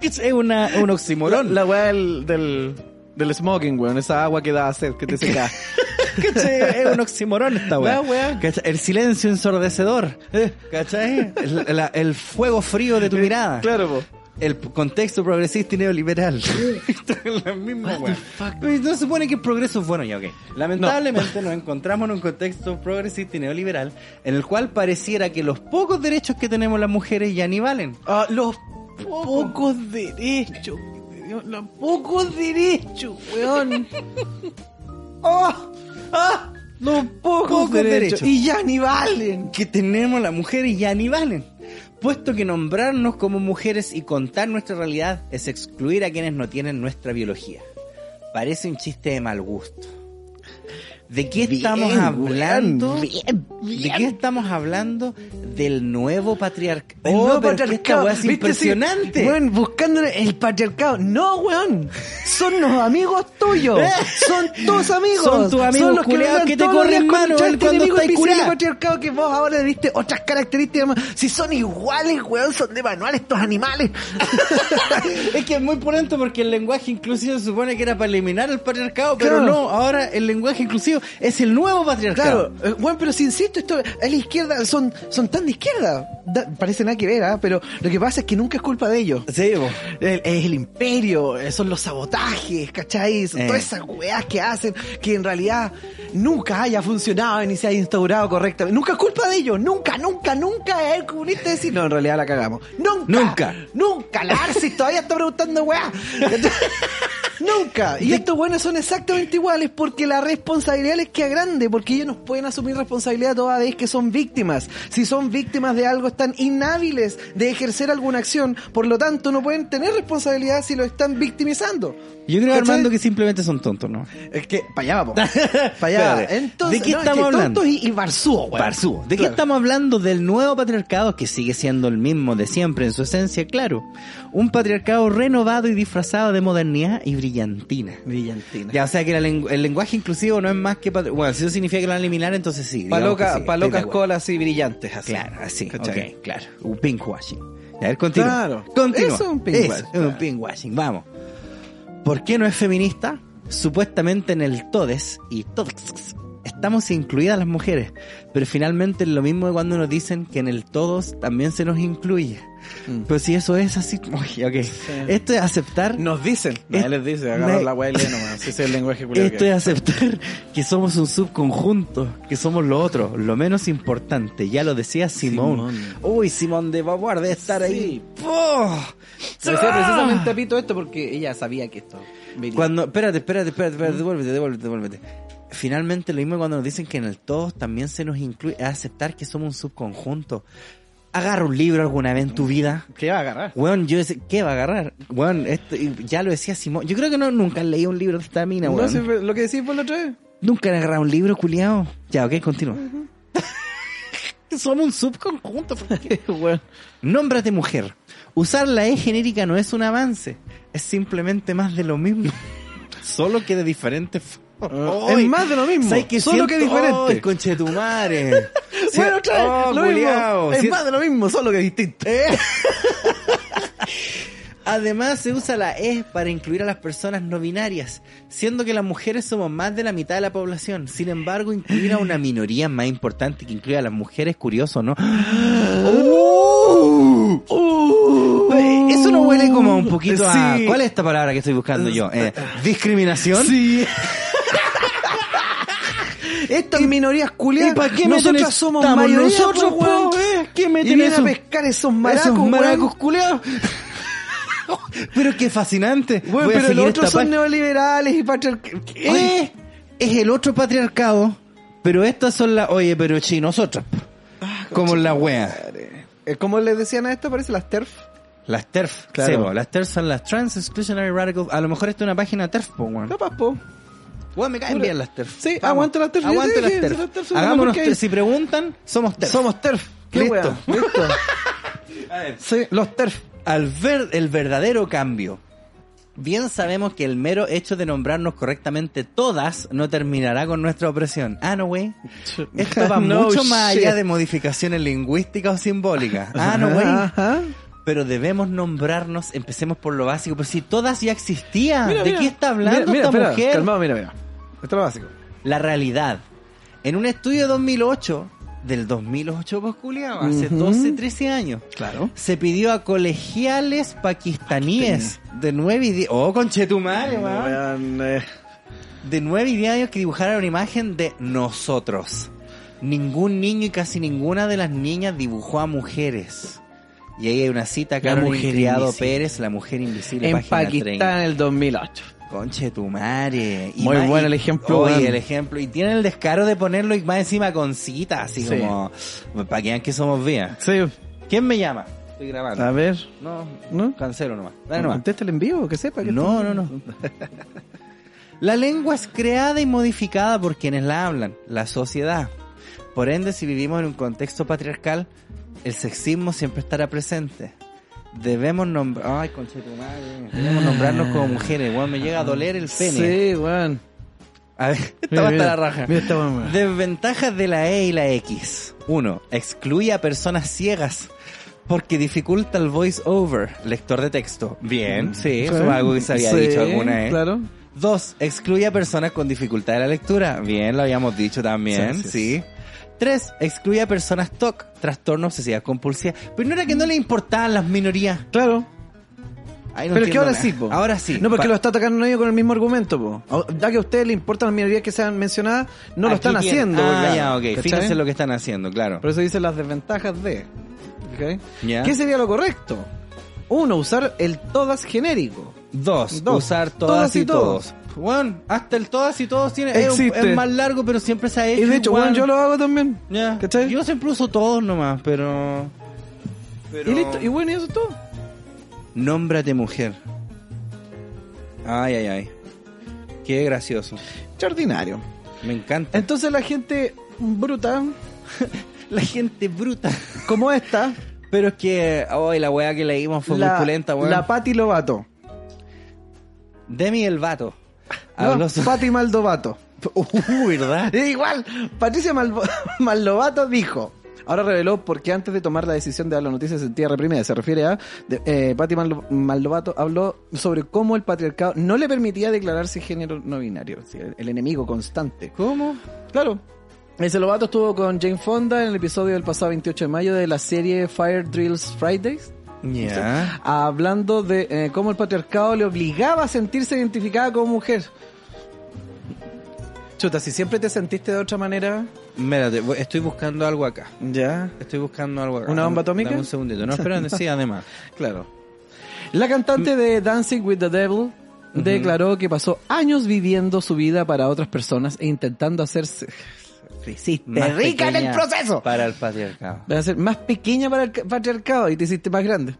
S2: Es una, un
S3: La,
S2: oximorón.
S3: la wea del, del, del smoking, weón. Esa agua que da sed, que te (laughs) seca.
S2: ¿Cachai? Es un oximorón esta weá.
S3: La weá.
S2: ¿Cachai? El silencio ensordecedor. ¿Cachai? El, la- el fuego frío de tu mirada.
S3: claro, po.
S2: El p- contexto progresista y neoliberal. (laughs) Esto es la misma weá. Pero No se supone que el progreso es bueno, ya ok. Lamentablemente nos encontramos en un contexto progresista y neoliberal en el cual pareciera que los pocos derechos que tenemos las mujeres ya ni valen.
S3: Ah, los Pocos derechos. Dios, los pocos derechos,
S2: (laughs)
S3: weón. ¡Ah! ¡Ah! Los pocos,
S2: Pocos
S3: derechos.
S2: derechos.
S3: Y ya ni valen.
S2: que tenemos las mujeres ya ni valen. Puesto que nombrarnos como mujeres y contar nuestra realidad es excluir a quienes no tienen nuestra biología. Parece un chiste de mal gusto. ¿De qué estamos
S7: weón,
S2: hablando?
S7: bien,
S2: ¿De qué estamos hablando? Del nuevo patriarcado.
S3: El nuevo
S2: Esta weá es
S3: Oh, ¿viste? Sí.
S2: impresionante.
S3: Weón, buscando el patriarcado. No, weón. Son los amigos
S2: (laughs)
S3: tuyos. Son tus amigos.
S2: Son tus amigos
S3: los
S2: culiados
S3: hablan
S2: que te
S3: todos los
S2: corren
S3: días
S2: mano,
S3: contra
S2: weón,
S3: este
S2: cuando
S3: enemigo
S2: estáis
S3: invisible
S2: curada.
S3: patriarcado que vos ahora le diste otras características. más. Si son iguales, weón, son de manual estos
S2: (laughs)
S3: animales.
S2: Es que es muy ponente porque el lenguaje inclusivo se supone que era para eliminar el patriarcado, pero
S3: Claro.
S2: no, ahora el lenguaje inclusivo es el nuevo patriarcado.
S3: Claro,
S2: Claro.
S3: eh, bueno, pero si insisto, esto es la izquierda, son, son tan de izquierda. Da- parece nada que ver, ¿ah? pero lo que pasa es que nunca es culpa de ellos.
S2: Sí, vos.
S3: El- Es el imperio, eh, son los sabotajes, ¿cachai? Son
S2: Eh.
S3: todas esas weas que hacen que en realidad nunca haya funcionado ni se haya instaurado correctamente. Nunca es culpa de ellos, nunca, nunca, nunca es el comunista decir, no, en realidad la cagamos. Nunca,
S2: Nunca.
S3: nunca. La Arsis todavía está
S2: (laughs)
S3: preguntando weas. Nunca. Y estos buenos son exactamente iguales porque la responsabilidad les queda grande, porque ellos no pueden asumir responsabilidad toda vez que son víctimas. Si son víctimas de algo, están inhábiles de ejercer alguna acción, por lo tanto no pueden tener responsabilidad si lo están victimizando.
S2: Yo creo,
S3: ¿Cachai?
S2: Armando, que simplemente son tontos, ¿no?
S3: Es que, para
S2: (laughs)
S3: allá vamos. Para allá.
S2: Espérate.
S3: Entonces,
S2: ¿De qué
S3: no, es que
S2: estamos hablando?
S3: tontos y, y barzúo, weón.
S2: Barzú. ¿De qué
S3: Claro.
S2: estamos hablando? Del nuevo patriarcado que sigue siendo el mismo de siempre en su esencia, claro. Un patriarcado renovado y disfrazado de modernidad y brillantina.
S3: Brillantina.
S2: Ya, o sea que la lengu- el lenguaje inclusivo no es más que... patri- Bueno, si eso significa que lo van a eliminar, entonces sí. digamos
S7: Paloca-
S2: que sí,
S7: palocas
S2: estoy de acuerdo.
S7: colas y brillantes, así.
S2: Ah, Claro, así.
S7: ¿Cachai?
S2: Ok, claro. Un pinkwashing. A ver, continúa.
S7: Claro.
S2: Continúa.
S7: Eso es un pinkwashing.
S2: Eso es un pinkwashing. Vamos. ¿Por qué no es feminista? Supuestamente en el todes y todos estamos incluidas las mujeres, pero finalmente es lo mismo de cuando nos dicen que en el todos también se nos incluye.
S7: Mm.
S2: Pero si eso es así, (laughs) oye, ok. Esto es aceptar
S7: Nos dicen. Nadie
S2: Eh,
S7: les dice, agarran
S2: me-
S7: la weá y leen nomás. Ese es el lenguaje culiao
S2: esto
S7: que
S2: es aceptar (laughs) que somos un subconjunto, que somos lo otro, lo menos importante. Ya lo decía Simón. Uy, Simón de Beauvoir de estar ahí. ¡Oh!
S7: Lo decía precisamente a Pito esto porque ella sabía que esto venía.
S2: Cuando, espérate, espérate, espérate, espérate, devuélvete, devuélvete, devuélvete. Finalmente lo mismo cuando nos dicen que en el todos también se nos incluye, es aceptar que somos un subconjunto. Agarra un libro alguna vez en tu vida.
S7: ¿Qué va a agarrar?
S2: Weón, yo decía, ¿qué va a agarrar? Weón, esto, y ya lo decía Simón. Yo creo que no, nunca leí un libro de esta mina, weón.
S7: No sé, lo que decís por la otra vez.
S2: Nunca han agarrado un libro, culiao. Ya, ok, continúa. (laughs) Somos un subconjunto. ¿por (laughs) qué? Nómbrate mujer. Usar la E genérica no es un avance. Es simplemente más de lo mismo. (laughs) Solo que de diferentes formas.
S7: Ah, es más de lo mismo,
S2: ¿Sabes qué
S7: solo que
S2: siento?
S7: diferente.
S2: ¡Ay, conche tu (laughs) madre! Sí,
S3: Bueno, otra vez,
S2: oh,
S3: lo mismo.
S2: culiao.
S3: Es
S2: Sí, Eh.
S3: más de lo mismo, solo que distinto. (laughs)
S2: Además, se usa la E para incluir a las personas no binarias, siendo que las mujeres somos más de la mitad de la población. Sin embargo, incluir a una
S3: (gasps)
S2: minoría más importante que incluya a las mujeres, curioso, ¿no? Eh, Eso no huele como un poquito a...
S7: Sí.
S2: ¿Cuál es esta palabra que estoy buscando yo? Eh, ¿Discriminación? (laughs)
S7: Sí.
S3: Estas minorías culiadas,
S2: ¿Y pa' qué meten
S3: nosotras
S2: es-
S3: somos
S2: estamos
S3: mayoría,
S2: nosotros,
S3: pues, weón.
S2: po, eh? ¿Qué meten
S3: y vienen
S2: esos-
S3: a pescar esos maracos,
S2: Esos
S3: weón.
S2: maracos culeados. (laughs) pero qué fascinante.
S3: Bueno,
S2: Voy a
S3: pero
S2: seguir
S3: los
S2: esta
S3: otros son
S2: página.
S3: neoliberales y patriarcales.
S2: Eh, es el otro patriarcado, pero estas son las... Oye, pero chi, nosotras. po.
S3: Ah,
S2: Como la wea.
S3: Eh,
S7: ¿Cómo les decían a esto? Parece las TERF.
S2: Las TERF,
S7: Claro.
S2: claro. las TERF son las Trans Exclusionary Radical. A lo mejor esta es una página TERF, po, weón.
S7: Capaz, po.
S2: Weón, me caen bien las TERF.
S7: Sí, aguanto las TERF. Yo
S2: Aguante
S7: te
S2: las
S7: dije,
S2: TERF.
S7: las TERF son
S2: Hagámonos
S7: porque-
S2: TERF. Si preguntan, somos TERF.
S7: Somos TERF.
S2: Qué
S7: Listo.
S2: wea. (laughs)
S7: Listo. Sí, los TERF.
S2: al ver el verdadero cambio. Bien sabemos que el mero hecho de nombrarnos correctamente todas no terminará con nuestra opresión. Ah, no, güey. Esto
S3: (laughs)
S2: va
S7: (laughs) No
S2: mucho más
S7: shit.
S2: allá de modificaciones lingüísticas
S7: (laughs)
S2: o simbólicas. Ah, no, güey. Ah,
S7: Ajá.
S2: Pero debemos nombrarnos, empecemos por lo básico. Pero si todas ya existían,
S7: Mira,
S2: ¿de
S7: mira.
S2: qué está hablando
S7: Mira, mira,
S2: esta
S7: espera,
S2: mujer?
S7: Calmado, mira, mira. Esto es lo básico.
S2: la realidad. En un estudio de 2008, del 2008 posculeado, pues, hace 12, 13 años.
S7: Claro.
S2: Se pidió a colegiales
S8: Ah,
S2: pakistaníes de 9 y 10... ¡Oh, conchetumare, weón!
S7: Weón, eh,
S2: De 9 y 10 años que dibujaran una imagen de nosotros. Ningún niño y casi ninguna de las niñas dibujó a mujeres. Y ahí hay una cita, Carolyn
S8: mujer
S2: Criado
S8: invisible.
S2: Pérez, La Mujer Invisible,
S8: En
S2: página 30.
S8: Pakistán en el 2008.
S2: Conche tu madre.
S3: Muy
S2: más-
S3: bueno el ejemplo,
S2: Oye,
S3: weón.
S2: el ejemplo. Y tienen el descaro de ponerlo y más encima con cita, así
S3: Sí.
S2: como para que vean que somos vías.
S3: Sí,
S2: ¿Quién me llama? Estoy grabando.
S3: a ver.
S2: No,
S3: Ah, ¿No?
S2: cancelo nomás. Dale nomás.
S3: Contéstale en vivo, que sepa. Que
S2: No, no, (laughs) no. La lengua es creada y modificada por quienes la hablan, la sociedad. Por ende, si vivimos en un contexto patriarcal, el sexismo siempre estará presente. Debemos nombrar, ay, conche tu madre, debemos nombrarnos como mujeres, weón, me llega a doler el pene.
S3: Sí, weón.
S2: A ver, esta
S3: Mira,
S2: va a
S3: mira.
S2: estar la raja.
S3: Mira, esta weón, weón.
S2: Desventajas de la E y la X. 1. Excluye a personas ciegas porque dificulta el voice over, lector de texto. Bien, sí, eso es algo que se había
S3: Mm. Sí,
S2: dicho alguna vez.
S3: Claro.
S2: Dos, excluye a personas con dificultad de la lectura. Bien, lo habíamos dicho también,
S3: Sí, sí,
S2: sí. Tres, excluye a personas TOC, trastorno obsesiva compulsiva. Pero no era que no le importaban las minorías.
S3: Claro.
S2: Ay, no
S3: Pero es
S2: entiendo
S3: que ahora
S2: nada.
S3: sí, po.
S2: Ahora sí.
S3: No, porque
S2: Pa-
S3: lo está atacando ellos con el mismo argumento, po. A- Ya que a ustedes les importan las minorías que sean mencionadas, no lo
S2: Aquí
S3: están
S2: tiene-
S3: haciendo.
S2: Ah,
S3: weón.
S2: ya, ok.
S3: ¿Cachai?
S2: Fíjense lo que están haciendo, claro.
S3: Por eso dice las desventajas de. ¿ok?
S2: Ya.
S3: ¿Qué sería lo correcto? Uno, usar el todas genérico.
S2: Dos,
S3: Dos.
S2: usar todas, y todos. Bueno, hasta el todas y todos tiene. es un- Es,
S3: Existe.
S2: más largo, pero siempre se ha hecho.
S3: Y de hecho,
S2: igual.
S3: weón, yo lo hago también.
S2: Ya.
S3: ¿Cachai?
S2: Yo siempre uso todos nomás, pero. pero-
S3: Y listo. Y bueno, y eso es todo.
S2: Nómbrate mujer. Ay, ay, ay. Qué gracioso.
S3: Extraordinario.
S2: Me encanta.
S3: Entonces la gente bruta,
S2: La gente bruta.
S3: como esta,
S2: (laughs) Pero es que, hoy la weá que leímos fue
S3: la,
S2: muy pulenta, weón.
S3: la Pati Lobato.
S2: Demi el vato.
S3: No,
S2: Habló (laughs) so-
S3: Pati Maldovato.
S2: Uh, ¿verdad?
S3: (laughs) Es Igual, Patricia Malvo- (laughs) Maldovato dijo. Ahora reveló por qué antes de tomar la decisión de dar la noticia se sentía reprimida. Se refiere a. de- eh, Pati Maldo- Maldovato habló sobre cómo el patriarcado no le permitía declararse género no binario, o sea, el enemigo constante.
S2: ¿Cómo?
S3: Claro. Ese Lobato estuvo con Jane Fonda en el episodio del pasado 28 de mayo de la serie Fire Drills Fridays,
S2: Ya.
S3: hablando de eh, cómo el patriarcado le obligaba a sentirse identificada como mujer. Chuta, si siempre te sentiste de otra manera,
S2: Mírate, voy- estoy buscando algo acá.
S3: ya.
S2: Estoy buscando algo acá.
S3: ¿Una bomba
S2: Dame-
S3: atómica?
S2: Dame un segundito. No, espera, sí,
S3: (laughs)
S2: además. Claro.
S3: La cantante
S2: Mm.
S3: de Dancing with the Devil declaró que pasó años viviendo su vida para otras personas e intentando hacerse
S2: Te rica en el proceso. Para el patriarcado.
S3: Vas a ser más pequeña para el ca- patriarcado y te hiciste más grande.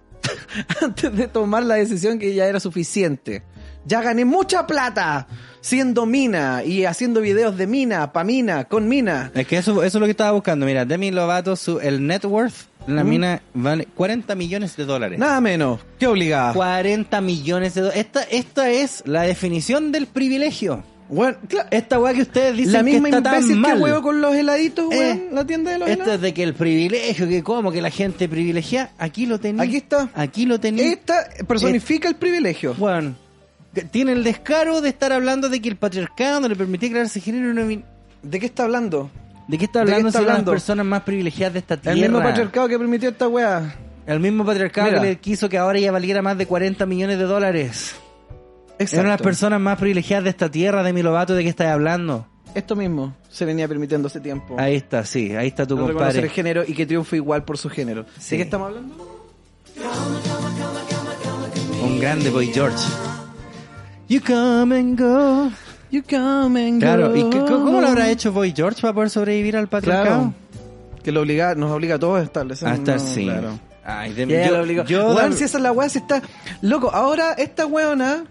S3: (laughs) Antes de tomar la decisión que ya era suficiente. Ya gané mucha plata siendo mina y haciendo videos de mina, pa' mina, con mina.
S2: Es que eso, eso es lo que estaba buscando. Mira, Demi Lovato, su, el net worth, la
S3: ¿Mm?
S2: mina vale 40 millones de dólares.
S3: Nada menos. Qué obligada.
S2: 40 millones de dólares. Esta, esta es la definición del privilegio.
S3: Bueno, claro,
S2: Esta weá que ustedes dicen
S3: la misma
S2: que está tan
S3: imbécil que
S2: mal.
S3: huevo con los heladitos, weón,
S2: Eh,
S3: la tienda de los
S2: Esto
S3: helados.
S2: es de que el privilegio, que como, que la gente privilegia. Aquí lo tenía.
S3: Aquí está.
S2: Aquí lo tenía.
S3: Esta personifica el privilegio.
S2: Juan, que tiene el descaro de estar hablando de que el patriarcado no le permitía crearse género. no vi-
S3: ¿De qué está hablando?
S2: ¿De qué está
S3: ¿De qué
S2: hablando
S3: está
S2: si una de las
S3: hablando?
S2: personas más privilegiadas de esta tierra?
S3: El mismo patriarcado que permitió esta weá.
S2: El mismo patriarcado
S3: Mira.
S2: que le quiso que ahora ella valiera más de 40 millones de dólares. Es una de las
S3: Exacto.
S2: personas más privilegiadas de esta tierra, de mi Lovato, ¿de qué estás hablando?
S3: Esto mismo se venía permitiendo hace tiempo.
S2: Ahí está, sí, ahí está tu
S3: no Oh. reconocer el
S2: compadre.
S3: género y que triunfe igual por su género.
S2: Sí.
S3: ¿De qué estamos hablando?
S2: Un grande boy George. You come and go.
S3: You come and
S2: Claro, ¿y qué- cómo lo habrá hecho Boy George para poder sobrevivir al patriarcado?
S3: Claro. Que lo obliga, nos obliga a todos a establecer.
S2: Ah, está,
S3: no,
S2: sí.
S3: Claro.
S2: Ay, de-
S3: Y ella
S2: yo-
S3: lo obligó.
S2: yo-
S3: Weón, si esa es la weá, si está. Loco, ahora esta weona,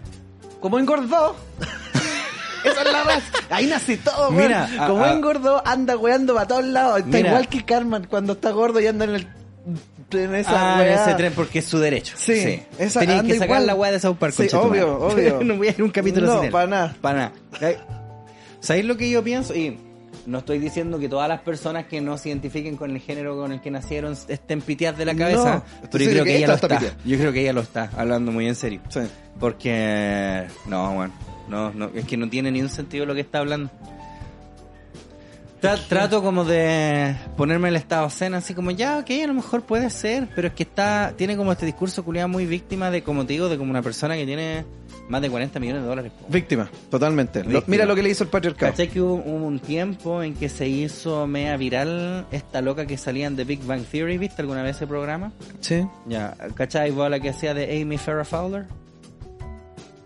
S3: como engordó. (laughs) esa es la weá. Ahí nací todo, weón.
S2: Mira, a-
S3: como
S2: a-
S3: engordó, anda weando para todos lados. Está
S2: Mira.
S3: igual que Carmen cuando está gordo y anda en el. En esa
S2: Ah, en
S3: weá.
S2: ese tren porque es su derecho.
S3: Sí, esa
S2: Tenían
S3: anda
S2: que sacar
S3: igual.
S2: la weá de South Park.
S3: Sí,
S2: conchetumare.
S3: obvio,
S2: (laughs)
S3: obvio.
S2: no voy a ir un capítulo
S3: No,
S2: sin él.
S3: pa' nada.
S2: Para nada. Ay, ¿Sabéis lo que yo pienso? Y no estoy diciendo que todas las personas que no se identifiquen con el género con el que nacieron estén piteadas de la
S3: No,
S2: cabeza.
S3: estoy
S2: pero yo
S3: seguro
S2: creo que,
S3: que
S2: ella lo
S3: esta
S2: está.
S3: está piteada.
S2: Yo creo que ella lo está, hablando muy en serio.
S3: Sí.
S2: Porque... No, bueno. No, no, es que no tiene ni un sentido lo que está hablando. Tra- trato como de ponerme el estado zen, así como ya, ok, a lo mejor puede ser, pero es que está, tiene como este discurso culiado muy víctima de, como te digo, de como una persona que tiene Más de 40 millones de dólares. po.
S3: Víctima, totalmente. Lo-
S2: Víctima.
S3: mira lo que le hizo el patriarcado.
S2: ¿Cachai que hubo, hubo un tiempo en que se hizo media viral esta loca que salían de Big Bang Theory? ¿Viste alguna vez ese programa?
S3: Sí.
S2: Ya, ¿cachai? ¿Vos la que hacía de Amy Farrah Fowler?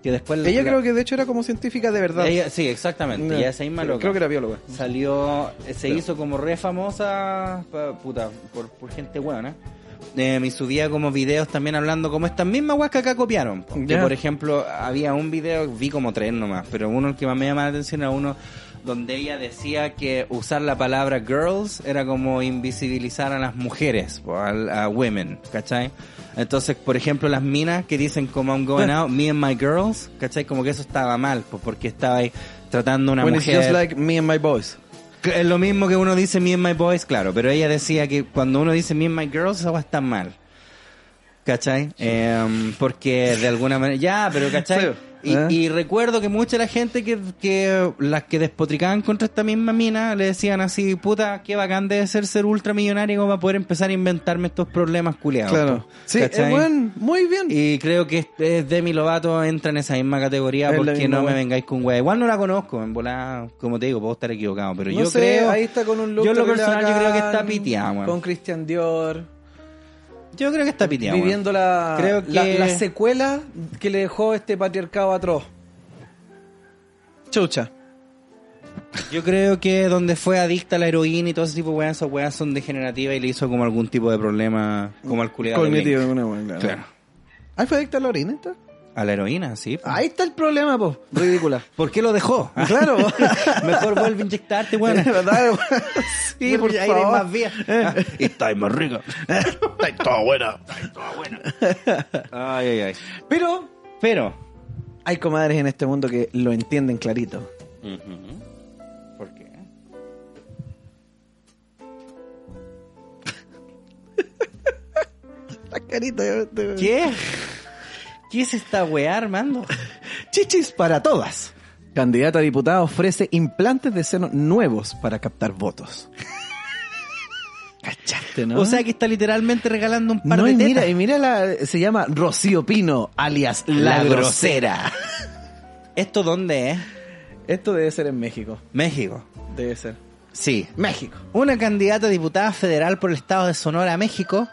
S2: Que después... la-
S3: Ella creo que de hecho era como científica de verdad.
S2: Ella- sí, exactamente.
S3: No,
S2: Ya esa misma
S3: creo-
S2: loca.
S3: Creo que era bióloga.
S2: Salió, eh, se hizo como re famosa, pa- puta, por, por gente buena. Eh, me subía como videos también hablando como estas mismas weas que acá copiaron. po. Que,
S3: Ya.
S2: por ejemplo, había un video, vi como tres nomás, pero uno el que más me llamaba la atención era uno donde ella decía que usar la palabra girls era como invisibilizar a las mujeres, po, al- a, women, ¿cachai? Entonces, por ejemplo, las minas que dicen como I'm going out, me and my girls, ¿cachai? Como que eso estaba mal, po, porque estaba ahí tratando a una
S3: When
S2: mujer.
S3: it's just like me and my boys.
S2: Que Es lo mismo que uno dice Me and My Boys, claro, pero ella decía que cuando uno dice Me and My Girls, esa va está mal. ¿Cachai? Em, porque de alguna manera. Ya, pero ¿cachai?
S3: Sí,
S2: Y,
S3: ¿eh?
S2: y recuerdo que mucha de la gente que, que las que despotricaban contra esta misma mina le decían así, puta, qué bacán debe ser ser ultramillonario como para poder empezar a inventarme estos problemas culiados.
S3: Claro.
S2: po".
S3: Sí, es
S2: ¿Cachai?
S3: buen, muy bien.
S2: Y creo que este- es Demi Lovato entra en esa misma categoría
S3: Es la
S2: porque
S3: misma
S2: no me
S3: wea.
S2: vengáis con wea. Igual no la conozco, en volada, como te digo, puedo estar equivocado, pero
S8: No
S2: yo
S8: sé,
S2: creo.
S8: ahí está con un look
S2: Yo en lo
S8: terrible
S2: personal yo creo que
S8: bacán,
S2: está piteada, weón.
S8: Con Christian Dior,
S2: Yo creo que está piteada. weón.
S8: viviendo la,
S2: Creo
S8: la,
S2: que-
S8: la secuela que le dejó este patriarcado atroz.
S3: Chucha.
S2: Yo creo que donde fue adicta a la heroína y todo ese tipo de weas, esas weas son degenerativas y le hizo como algún tipo de problema, como al culiado. de
S3: Cognitivo,
S2: Blink.
S3: una buena,
S2: Claro.
S3: ¿Ahí fue adicta a la orina esta?
S2: A la heroína, sí. po.
S3: Ahí está el problema, po. (laughs) Ridícula.
S2: ¿Por qué lo dejó? (laughs)
S3: Claro.
S2: Mejor vuelve a inyectarte, Ah. weón.
S3: ¿Verdad? (laughs) sí, por
S2: ahí eres
S3: favor.
S2: más vieja. Ah, y estáis más rica.
S4: Está toda buena.
S2: Ay, ay, ay.
S3: Pero
S2: Pero,
S3: hay comadres en este mundo que lo entienden clarito.
S2: ¿Por qué?
S3: La carita de- de-
S2: ¿Qué? ¿Qué es esta weá, Armando?
S3: Chichis para todas. Candidata a diputada ofrece implantes de seno nuevos para captar votos. ¿Cachaste, no?
S2: O sea que está literalmente regalando un par
S3: no,
S2: de
S3: y
S2: tetas.
S3: mira, y mira la, se llama Rocío Pino, alias La,
S2: La
S3: Grosera.
S2: ¿Esto dónde es?
S3: Esto debe ser en México.
S2: México.
S3: Debe ser.
S2: Sí.
S3: México.
S2: Una candidata a diputada federal por el estado de Sonora, México,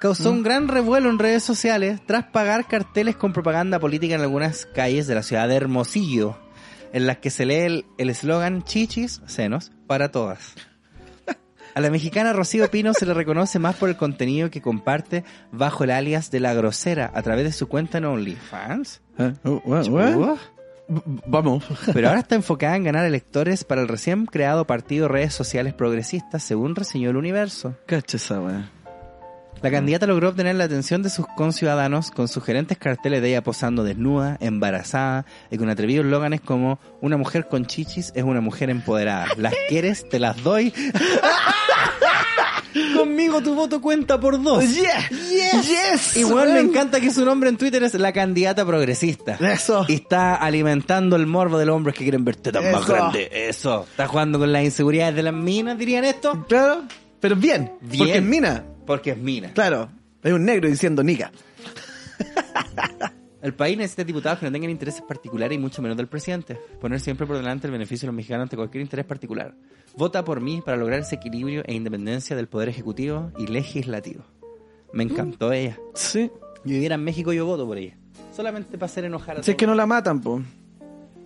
S2: causó un gran revuelo en redes sociales tras pagar carteles con propaganda política en algunas calles de la ciudad de Hermosillo, en las que se lee el- el eslogan Chichis, senos, para todas. A la mexicana Rocío Pino se le reconoce más por el contenido que comparte bajo el alias de La Grosera a través de su cuenta en OnlyFans.
S3: ¿Eh? Oh,
S2: Uh.
S3: Vamos.
S2: Pero ahora está enfocada en ganar electores para el recién creado partido Redes Sociales Progresistas, según reseñó el universo.
S3: Cacha esa weá.
S2: La candidata logró obtener la atención de sus conciudadanos con sugerentes carteles de ella posando desnuda, embarazada y con atrevidos lóganes como una mujer con chichis es una mujer empoderada. (laughs) Las quieres, te las doy. (laughs) Conmigo tu voto cuenta por dos.
S3: Pues Yeah, yes, yes.
S2: Igual me
S3: weón.
S2: encanta que su nombre en Twitter es la candidata progresista.
S3: Eso.
S2: Y está alimentando el morbo de los hombres que quieren verte tan más
S3: Eso.
S2: grande. Eso. Está jugando con las inseguridades de las minas, dirían esto.
S3: Claro, pero bien.
S2: Bien.
S3: Porque en Mina,
S2: Porque es mina.
S3: claro, es un negro diciendo nica.
S2: El país necesita diputados que no tengan intereses particulares y mucho menos del presidente. Poner siempre por delante el beneficio de los mexicanos ante cualquier interés particular. Vota por mí para lograr ese equilibrio e independencia del poder ejecutivo y legislativo. Me encantó ella.
S3: Sí.
S2: Yo Mm. viviera en México, yo voto por ella. Solamente para hacer enojar a
S3: Si es que no la matan, po.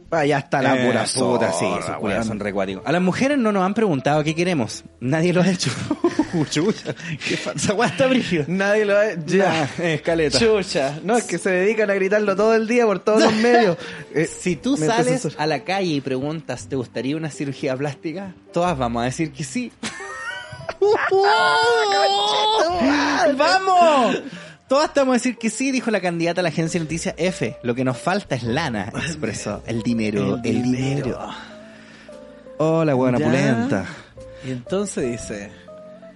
S3: Ah, ya está la
S2: Eh,
S3: pura
S2: puta,
S3: zorra,
S2: sí, esos
S3: weón.
S2: culiados son recuáticos. A las mujeres no nos han preguntado qué queremos. Nadie lo ha
S3: (laughs)
S2: hecho. Chucha. Qué fa- Esa weá está brígida.
S3: Nadie lo ha... Ya. (laughs)
S2: Nah, escaleta.
S3: Chucha. No, es que se dedican a gritarlo todo el día por
S2: (laughs)
S3: todos los medios. Eh,
S2: Si tú
S3: me
S2: sales
S3: entonces-
S2: a la calle y preguntas, ¿te gustaría una cirugía plástica? Todas vamos a decir que sí. ¡Vamos! Todas te vamos a decir que sí, dijo la candidata a la agencia de noticias F. Lo que nos falta es lana, expresó. El dinero, el, dinero. Hola, buena
S8: Ya.
S2: pulenta.
S8: Y entonces dice,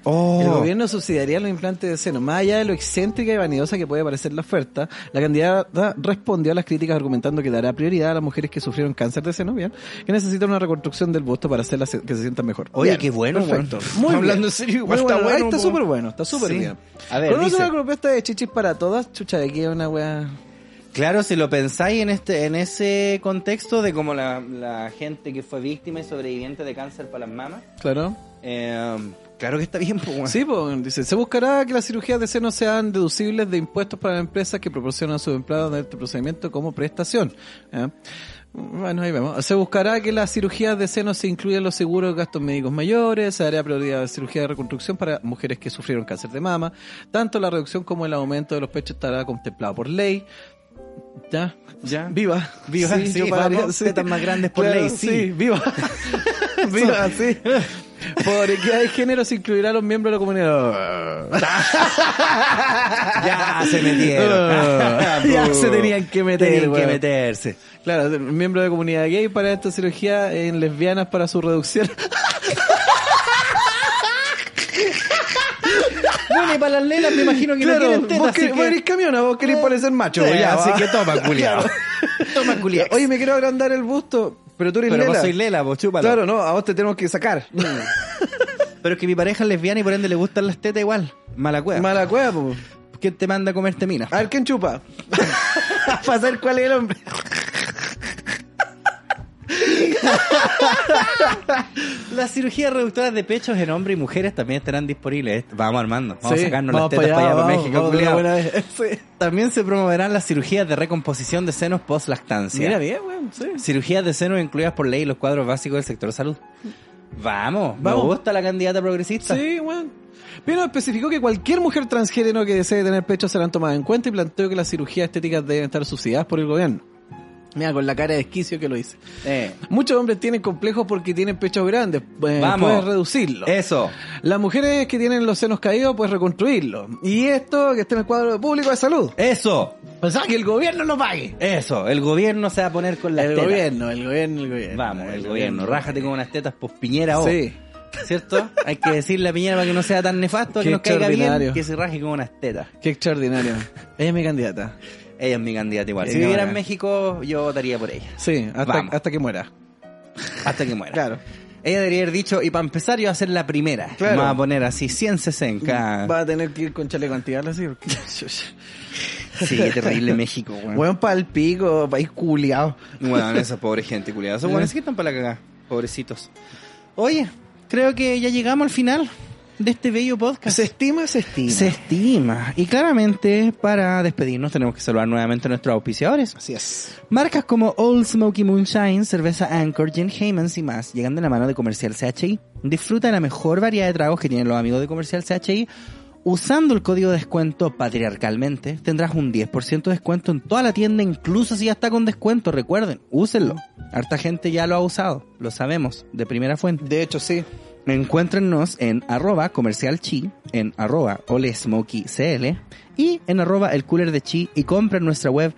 S2: Oh.
S8: el gobierno subsidiaría los implantes de seno. Más allá de lo excéntrica y vanidosa que puede parecer la oferta, la candidata respondió a las críticas argumentando que dará prioridad a las mujeres que sufrieron cáncer de seno, bien, que necesitan una reconstrucción del busto para hacerlas se- que se sientan mejor.
S2: Oye,
S8: Bien,
S2: qué bueno,
S8: perfecto.
S2: weón.
S8: Muy
S2: Hablando
S8: bien.
S2: en serio,
S8: Muy
S2: igual está
S8: bueno. Ahí
S2: bueno,
S8: está
S2: po.
S8: súper bueno, está súper
S2: Sí.
S8: bien.
S2: A ver,
S8: Conoce
S2: dice-
S8: una propuesta de chichis para todas, chucha de aquí hay una wea.
S2: Claro, si lo pensáis en este, en ese contexto de como la, la gente que fue víctima y sobreviviente de cáncer para las mamas,
S3: Claro.
S2: eh, claro que está bien, pues, weón.
S3: Sí, pues dice, se buscará que las cirugías de seno sean deducibles de impuestos para las empresas que proporcionan a sus empleados de este procedimiento como prestación. ¿eh? Bueno, ahí vemos. Se buscará que las cirugías de seno se incluyan en los seguros de gastos médicos mayores, se dará prioridad a la cirugía de reconstrucción para mujeres que sufrieron cáncer de mama, tanto la reducción como el aumento de los pechos estará contemplado por ley. Ya,
S2: Ya.
S3: viva, viva,
S2: Sí,
S3: yo
S2: vamos,
S3: pagaría-
S2: tetas más grandes por ley, sí.
S3: viva. (laughs)
S2: (laughs)
S3: viva, sí. Por equidad de género se incluirá a los miembros de la comunidad.
S2: (laughs) Ya Ah, se (laughs) metieron.
S3: (laughs) ya se tenían que meter,
S2: Tenían Ah, que
S3: weón.
S2: meterse.
S3: Claro, miembro de la comunidad gay para esta cirugía en lesbianas para
S2: (laughs)
S3: su reducción.
S2: Bueno, y para las lelas me imagino que no tienen tetas,
S3: vos,
S2: así
S3: querés, vos
S2: que-
S3: eres camiona, vos querés parecer macho.
S2: Sí,
S3: ya,
S2: así
S3: va.
S2: que toma,
S3: (laughs)
S2: culiao. (laughs) Toma, culiao.
S3: eh, ah, Oye, me quiero agrandar el busto, pero tú eres
S2: Pero
S3: lela.
S2: vos soy lela, pues chúpalo.
S3: Claro, no, a vos te tenemos que (laughs) sacar.
S2: Pero es que mi pareja es lesbiana y por ende le gustan las tetas igual. Mala cueva.
S3: Mala cueva, po.
S2: ¿Quién te manda a comerte mina?
S3: A ver quién (laughs) chupa. Para saber cuál es el hombre.
S2: Las cirugías reductoras de pechos en hombres y mujeres también estarán disponibles. Vamos armando, vamos
S3: Sí,
S2: a sacarnos
S3: vamos
S2: las tetas para allá, para
S3: vamos,
S2: México.
S3: vamos de una
S2: culiao.
S3: buena vez. Sí.
S2: También se promoverán las cirugías de recomposición de senos post lactancia.
S3: Mira bien, weón. Sí.
S2: Cirugías de senos incluidas por ley en los cuadros básicos del sector salud. Vamos,
S3: Vamos.
S2: me gusta la candidata progresista.
S3: Sí, weón. Pero especificó que cualquier mujer transgénero que desee tener pecho serán tomadas en cuenta y planteó que las cirugías estéticas deben estar subsidiadas por el gobierno. Mira, con la cara de esquicio que lo dice.
S2: Eh,
S3: Muchos hombres tienen complejos porque tienen pechos grandes. Pues,
S2: Vamos.
S3: Puedes reducirlo.
S2: eso.
S3: Las mujeres que tienen los senos caídos, puedes reconstruirlo. Y esto que está en el cuadro público de salud.
S2: Eso,
S3: Pensaba que el gobierno lo pague.
S2: eso. El gobierno se va a poner con las
S3: El
S2: tetas.
S3: gobierno, el gobierno, el gobierno.
S2: Vamos, el, gobierno. Rájate con unas tetas post piñera oh.
S3: Sí.
S2: ¿Cierto? Hay que decirle a Piñera para que no sea tan nefasto,
S3: Qué
S2: que nos caiga bien,
S3: extraordinario.
S2: que se raje con unas tetas.
S3: Qué extraordinario. (laughs) Ella es mi candidata.
S2: Ella es mi candidata igual.
S3: Sí,
S2: Si viviera
S3: ahora.
S2: en México, yo votaría por ella.
S3: Sí, hasta,
S2: Vamos.
S3: hasta que muera.
S2: Hasta que muera.
S3: Claro.
S2: Ella debería haber dicho, y para empezar, yo voy a ser la primera.
S3: Claro.
S2: Vamos a poner así 100 cc en cada.
S3: Va a tener que ir con chaleco antibalas así. (laughs) Porque...
S2: Sí, qué terrible México, weón.
S3: Weón pa'l pico, país culiao.
S2: Bueno, esa pobre gente, culiada. Esos
S3: Eh.
S2: buenos sí que están para la cagada. Pobrecitos. Oye, creo que ya llegamos al final de este bello podcast.
S3: Se estima, se estima.
S2: Se estima. Y claramente, para despedirnos, tenemos que saludar nuevamente a nuestros auspiciadores.
S3: Así es.
S2: Marcas como Old Smoky Moonshine, cerveza Anchor, Jen Haymans y más llegan de la mano de Comercial CHI. Disfruta de la mejor variedad de tragos que tienen los amigos de Comercial CHI. Usando el código de descuento patriarcalmente, tendrás un 10% de descuento en toda la tienda, incluso si ya está con descuento. Recuerden, úsenlo. Harta gente ya lo ha usado, lo sabemos, de primera fuente.
S3: De hecho, sí.
S2: Encuéntrenos en arroba comercial chi, en arroba olesmokycl y en arroba el cooler de chi y compra en nuestra web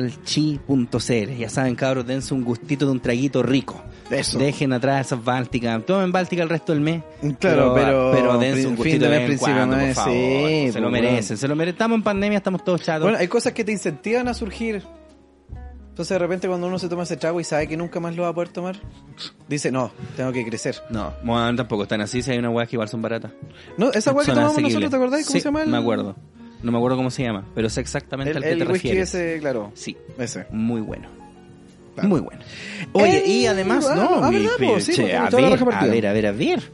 S2: www.comercialchi.cl. Ya saben, cabros, dense un gustito de un traguito rico.
S3: Eso.
S2: Dejen atrás esas bálticas. Tomen báltica el resto del mes.
S3: Claro, pero-
S2: pero dense un
S3: fin
S2: gustito de
S3: de mes,
S2: vez en
S3: principio
S2: cuando,
S3: de
S2: por
S3: mes,
S2: favor.
S3: sí,
S2: se
S3: pues,
S2: lo
S3: bueno.
S2: merecen, se lo merecen. Estamos en pandemia, estamos todos chatos.
S3: Bueno,
S2: (laughs)
S3: hay cosas que te incentivan a surgir. Entonces, de repente, cuando uno se toma ese trago y sabe que nunca más lo va a poder tomar, dice, no, tengo que crecer.
S2: no, bueno, tampoco están así. Si hay unas weas que igual son baratas.
S3: No, esa weá que
S2: Son
S3: tomamos
S2: asequibles.
S3: nosotros, ¿te acordás? ¿Cómo
S2: Sí,
S3: se llama? el-
S2: Me acuerdo. No me acuerdo cómo se llama, pero sé exactamente
S3: El,
S2: al que
S3: el
S2: te
S3: whisky
S2: refieres.
S3: ese, claro.
S2: Sí,
S3: Ese.
S2: muy bueno. Muy bueno. Oye, y además,
S3: ah,
S2: no,
S3: ah,
S2: mi
S3: verdad, po, sí,
S2: che,
S3: porque
S2: a,
S3: toda la
S2: ver,
S3: raja
S2: a
S3: partida.
S2: ver, a ver, a ver.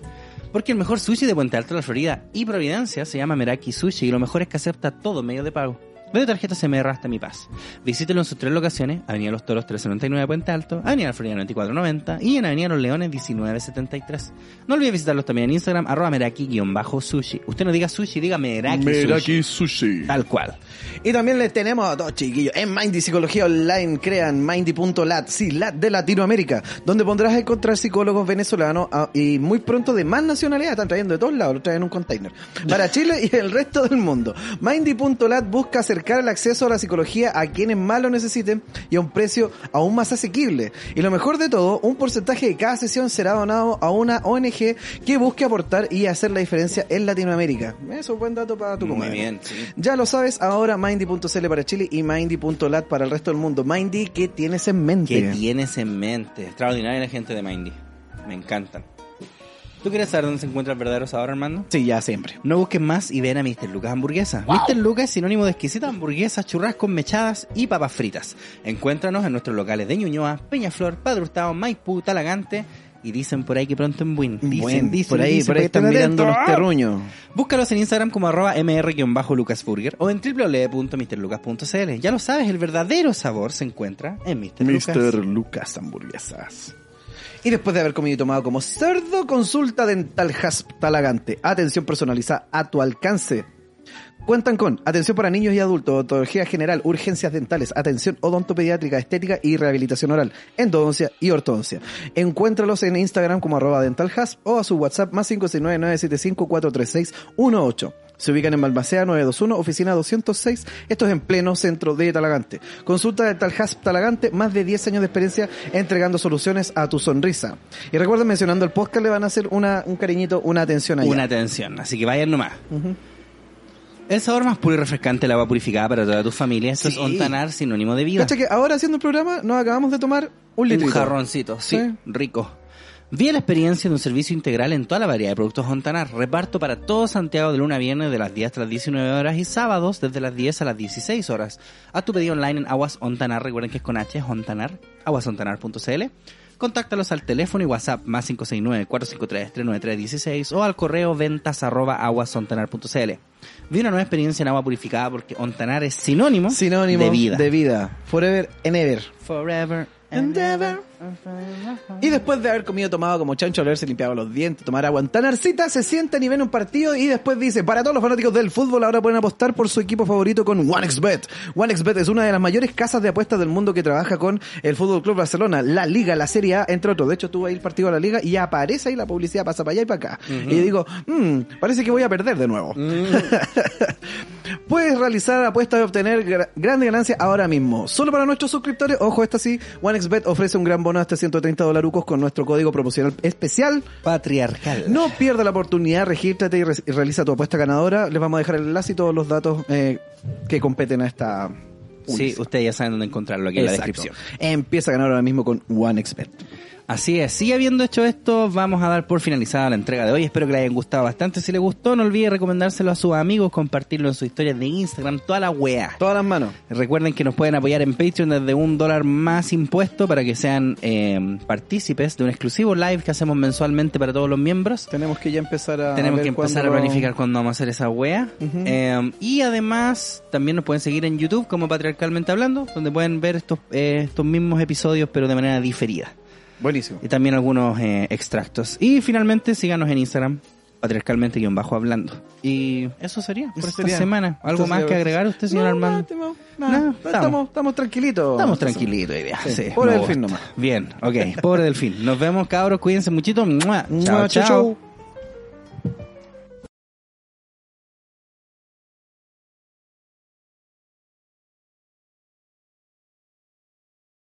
S2: Porque el mejor sushi de Puente Alto, la Florida y Providencia se llama Meraki Sushi y lo mejor es que acepta todo medio de pago. Medio tarjeta se me hasta mi paz. Visítelo en sus tres locaciones, Avenida Los Toros 1399 Puente Alto, Avenida La Florida 9490 y en Avenida Los Leones 1973. No olvide visitarlos también en Instagram, arroba meraki-sushi. Usted no diga sushi, diga meraki, sushi.
S4: Sushi.
S2: Tal cual.
S3: Y también les tenemos a dos chiquillos en Mindy Psicología Online. Crean Mindy.lat, sí, lat de Latinoamérica, donde pondrás a encontrar psicólogos venezolanos ah, y muy pronto de más nacionalidades. Están trayendo de todos lados, lo traen en un container. Para Chile y el resto del mundo. Mindy.lat busca acercar el acceso a la psicología a quienes más lo necesiten y a un precio aún más asequible. Y lo mejor de todo, un porcentaje de cada sesión será donado a una ONG que busque aportar y hacer la diferencia en Latinoamérica. Eso es buen dato para tu
S2: Muy
S3: comadre.
S2: bien, sí.
S3: Ya lo sabes, ahora Mindy.cl para Chile y Mindy.lat para el resto del mundo. Mindy, ¿qué tienes en
S2: ¿Qué
S3: mente?
S2: tienes en mente? Extraordinaria la gente de Mindy. Me encantan. ¿Tú quieres saber dónde se encuentra el verdadero sabor, Armando?
S3: Sí, ya siempre.
S2: No busques más y ven a Mr. Lucas Hamburguesas. Mr. Lucas es sinónimo de exquisitas hamburguesas, churrascos, mechadas y papas fritas. Encuéntranos en nuestros locales de Ñuñoa, Peñaflor, Padre Hurtado, Maipú, Talagante y dicen por ahí que pronto en Buin. Dicen,
S3: Buen,
S2: dicen,
S3: por ahí,
S2: dicen,
S3: por ahí
S2: porque
S3: están mirando los
S2: atentos.
S3: terruños.
S2: Búscalos en Instagram como arroba mr-lucasburger o en www.mrlucas.cl. Ya lo sabes, el verdadero sabor se encuentra en Mr. Lucas.
S3: Mr. Lucas Hamburguesas. Y después de haber comido y tomado como cerdo, consulta dental Hasp Talagante. Atención personalizada a tu alcance. Cuentan con atención para niños y adultos, odontología general, urgencias dentales, atención odontopediátrica, estética y rehabilitación oral, endodoncia y ortodoncia. Encuéntralos en Instagram como arroba dentalhasp o a su WhatsApp más 569-975-43618. Se ubican en Balmaceda 921, oficina 206. Esto es en pleno centro de Talagante. Consulta de Talhasp Talagante, más de 10 años de experiencia entregando soluciones a tu sonrisa. Y recuerden, mencionando el podcast, le van a hacer una, un cariñito, una atención allá.
S2: Una atención, así que vayan nomás. El sabor más puro y refrescante, el agua purificada para toda tu familia. Esto es
S3: Sí.
S2: Ontanar, sinónimo de vida.
S3: Cacha que ahora haciendo el programa nos acabamos de tomar un
S2: Un
S3: litrito.
S2: jarroncito, sí,
S3: Sí.
S2: rico. Vive la experiencia de un servicio integral en toda la variedad de productos Ontanar. Reparto para todo Santiago de luna a viernes de las 10 hasta las 19 horas y sábados desde las 10 a las 16 horas. Haz tu pedido online en Aguas Ontanar. Recuerden que es con H, es Ontanar, aguasontanar.cl. Contáctalos al teléfono y WhatsApp más 569-453-39316 o al correo ventas arroba aguasontanar.cl. Vi una nueva experiencia en agua purificada porque Ontanar es sinónimo,
S3: Sinónimo
S2: de vida.
S3: Forever and ever.
S2: Forever
S3: and ever. Y después de haber comido, tomado como chancho, haberse limpiado los dientes, tomar agua en tanarcita, se sientan y ven un partido y después dice, para todos los fanáticos del fútbol ahora pueden apostar por su equipo favorito con OneXBet. OneXBet es una de las mayores casas de apuestas del mundo que trabaja con el Fútbol Club Barcelona, la Liga, la Serie A, entre otros. De hecho, tuve ahí el partido de la Liga y aparece ahí la publicidad, pasa para allá y para acá. Y digo, "Mm, parece que voy a perder de nuevo.
S2: Mm.
S3: Puedes realizar apuestas y obtener gra- grandes ganancias ahora mismo. Solo para nuestros suscriptores, ojo, esta sí, OneXBet ofrece un gran bono hasta 130 dolarucos con nuestro código promocional especial.
S2: patriarcal.
S3: No pierdas la oportunidad, regístrate y, re- y realiza tu apuesta ganadora. Les vamos a dejar el enlace y todos los datos eh, que competen a esta...
S2: Sí, ustedes ya saben dónde encontrarlo aquí en la descripción.
S3: Empieza a ganar ahora mismo con OneXBet.
S2: Así es, y habiendo hecho esto, vamos a dar por finalizada la entrega de hoy. Espero que les hayan gustado bastante. Si les gustó, no olviden recomendárselo a sus amigos, compartirlo en sus historias de Instagram, toda la wea.
S3: Todas las manos.
S2: Recuerden que nos pueden apoyar en Patreon desde un dólar más impuesto para que sean eh, partícipes de un exclusivo live que hacemos mensualmente para todos los miembros.
S3: Tenemos que ya empezar a...
S2: Tenemos
S3: ver
S2: que empezar
S3: cuándo
S2: a
S3: lo-
S2: planificar cuándo vamos a hacer esa wea. Eh, y además, también nos pueden seguir en YouTube como Patriarcalmente Hablando, donde pueden ver estos, eh, estos mismos episodios, pero de manera diferida.
S3: Buenísimo.
S2: Y también algunos eh, extractos. Y finalmente, síganos en Instagram, patriarcalmente-hablando. Y eso sería por
S3: Eso
S2: esta
S3: sería.
S2: semana. ¿Algo
S3: Entonces, eh,
S2: más que agregar usted, Este señor
S3: No,
S2: Armando?
S3: nada, Timo, nada.
S2: No,
S3: estamos,
S2: estamos-
S3: estamos tranquilitos.
S2: Estamos tranquilitos, idea.
S3: Sí.
S2: Sí,
S3: Pobre
S2: me
S3: Delfín
S2: gusta.
S3: nomás.
S2: Bien, ok. Pobre Delfín. Nos vemos, cabros. Cuídense muchito. Mua. Chao,
S3: Mua, chau,
S2: chao.
S3: chau.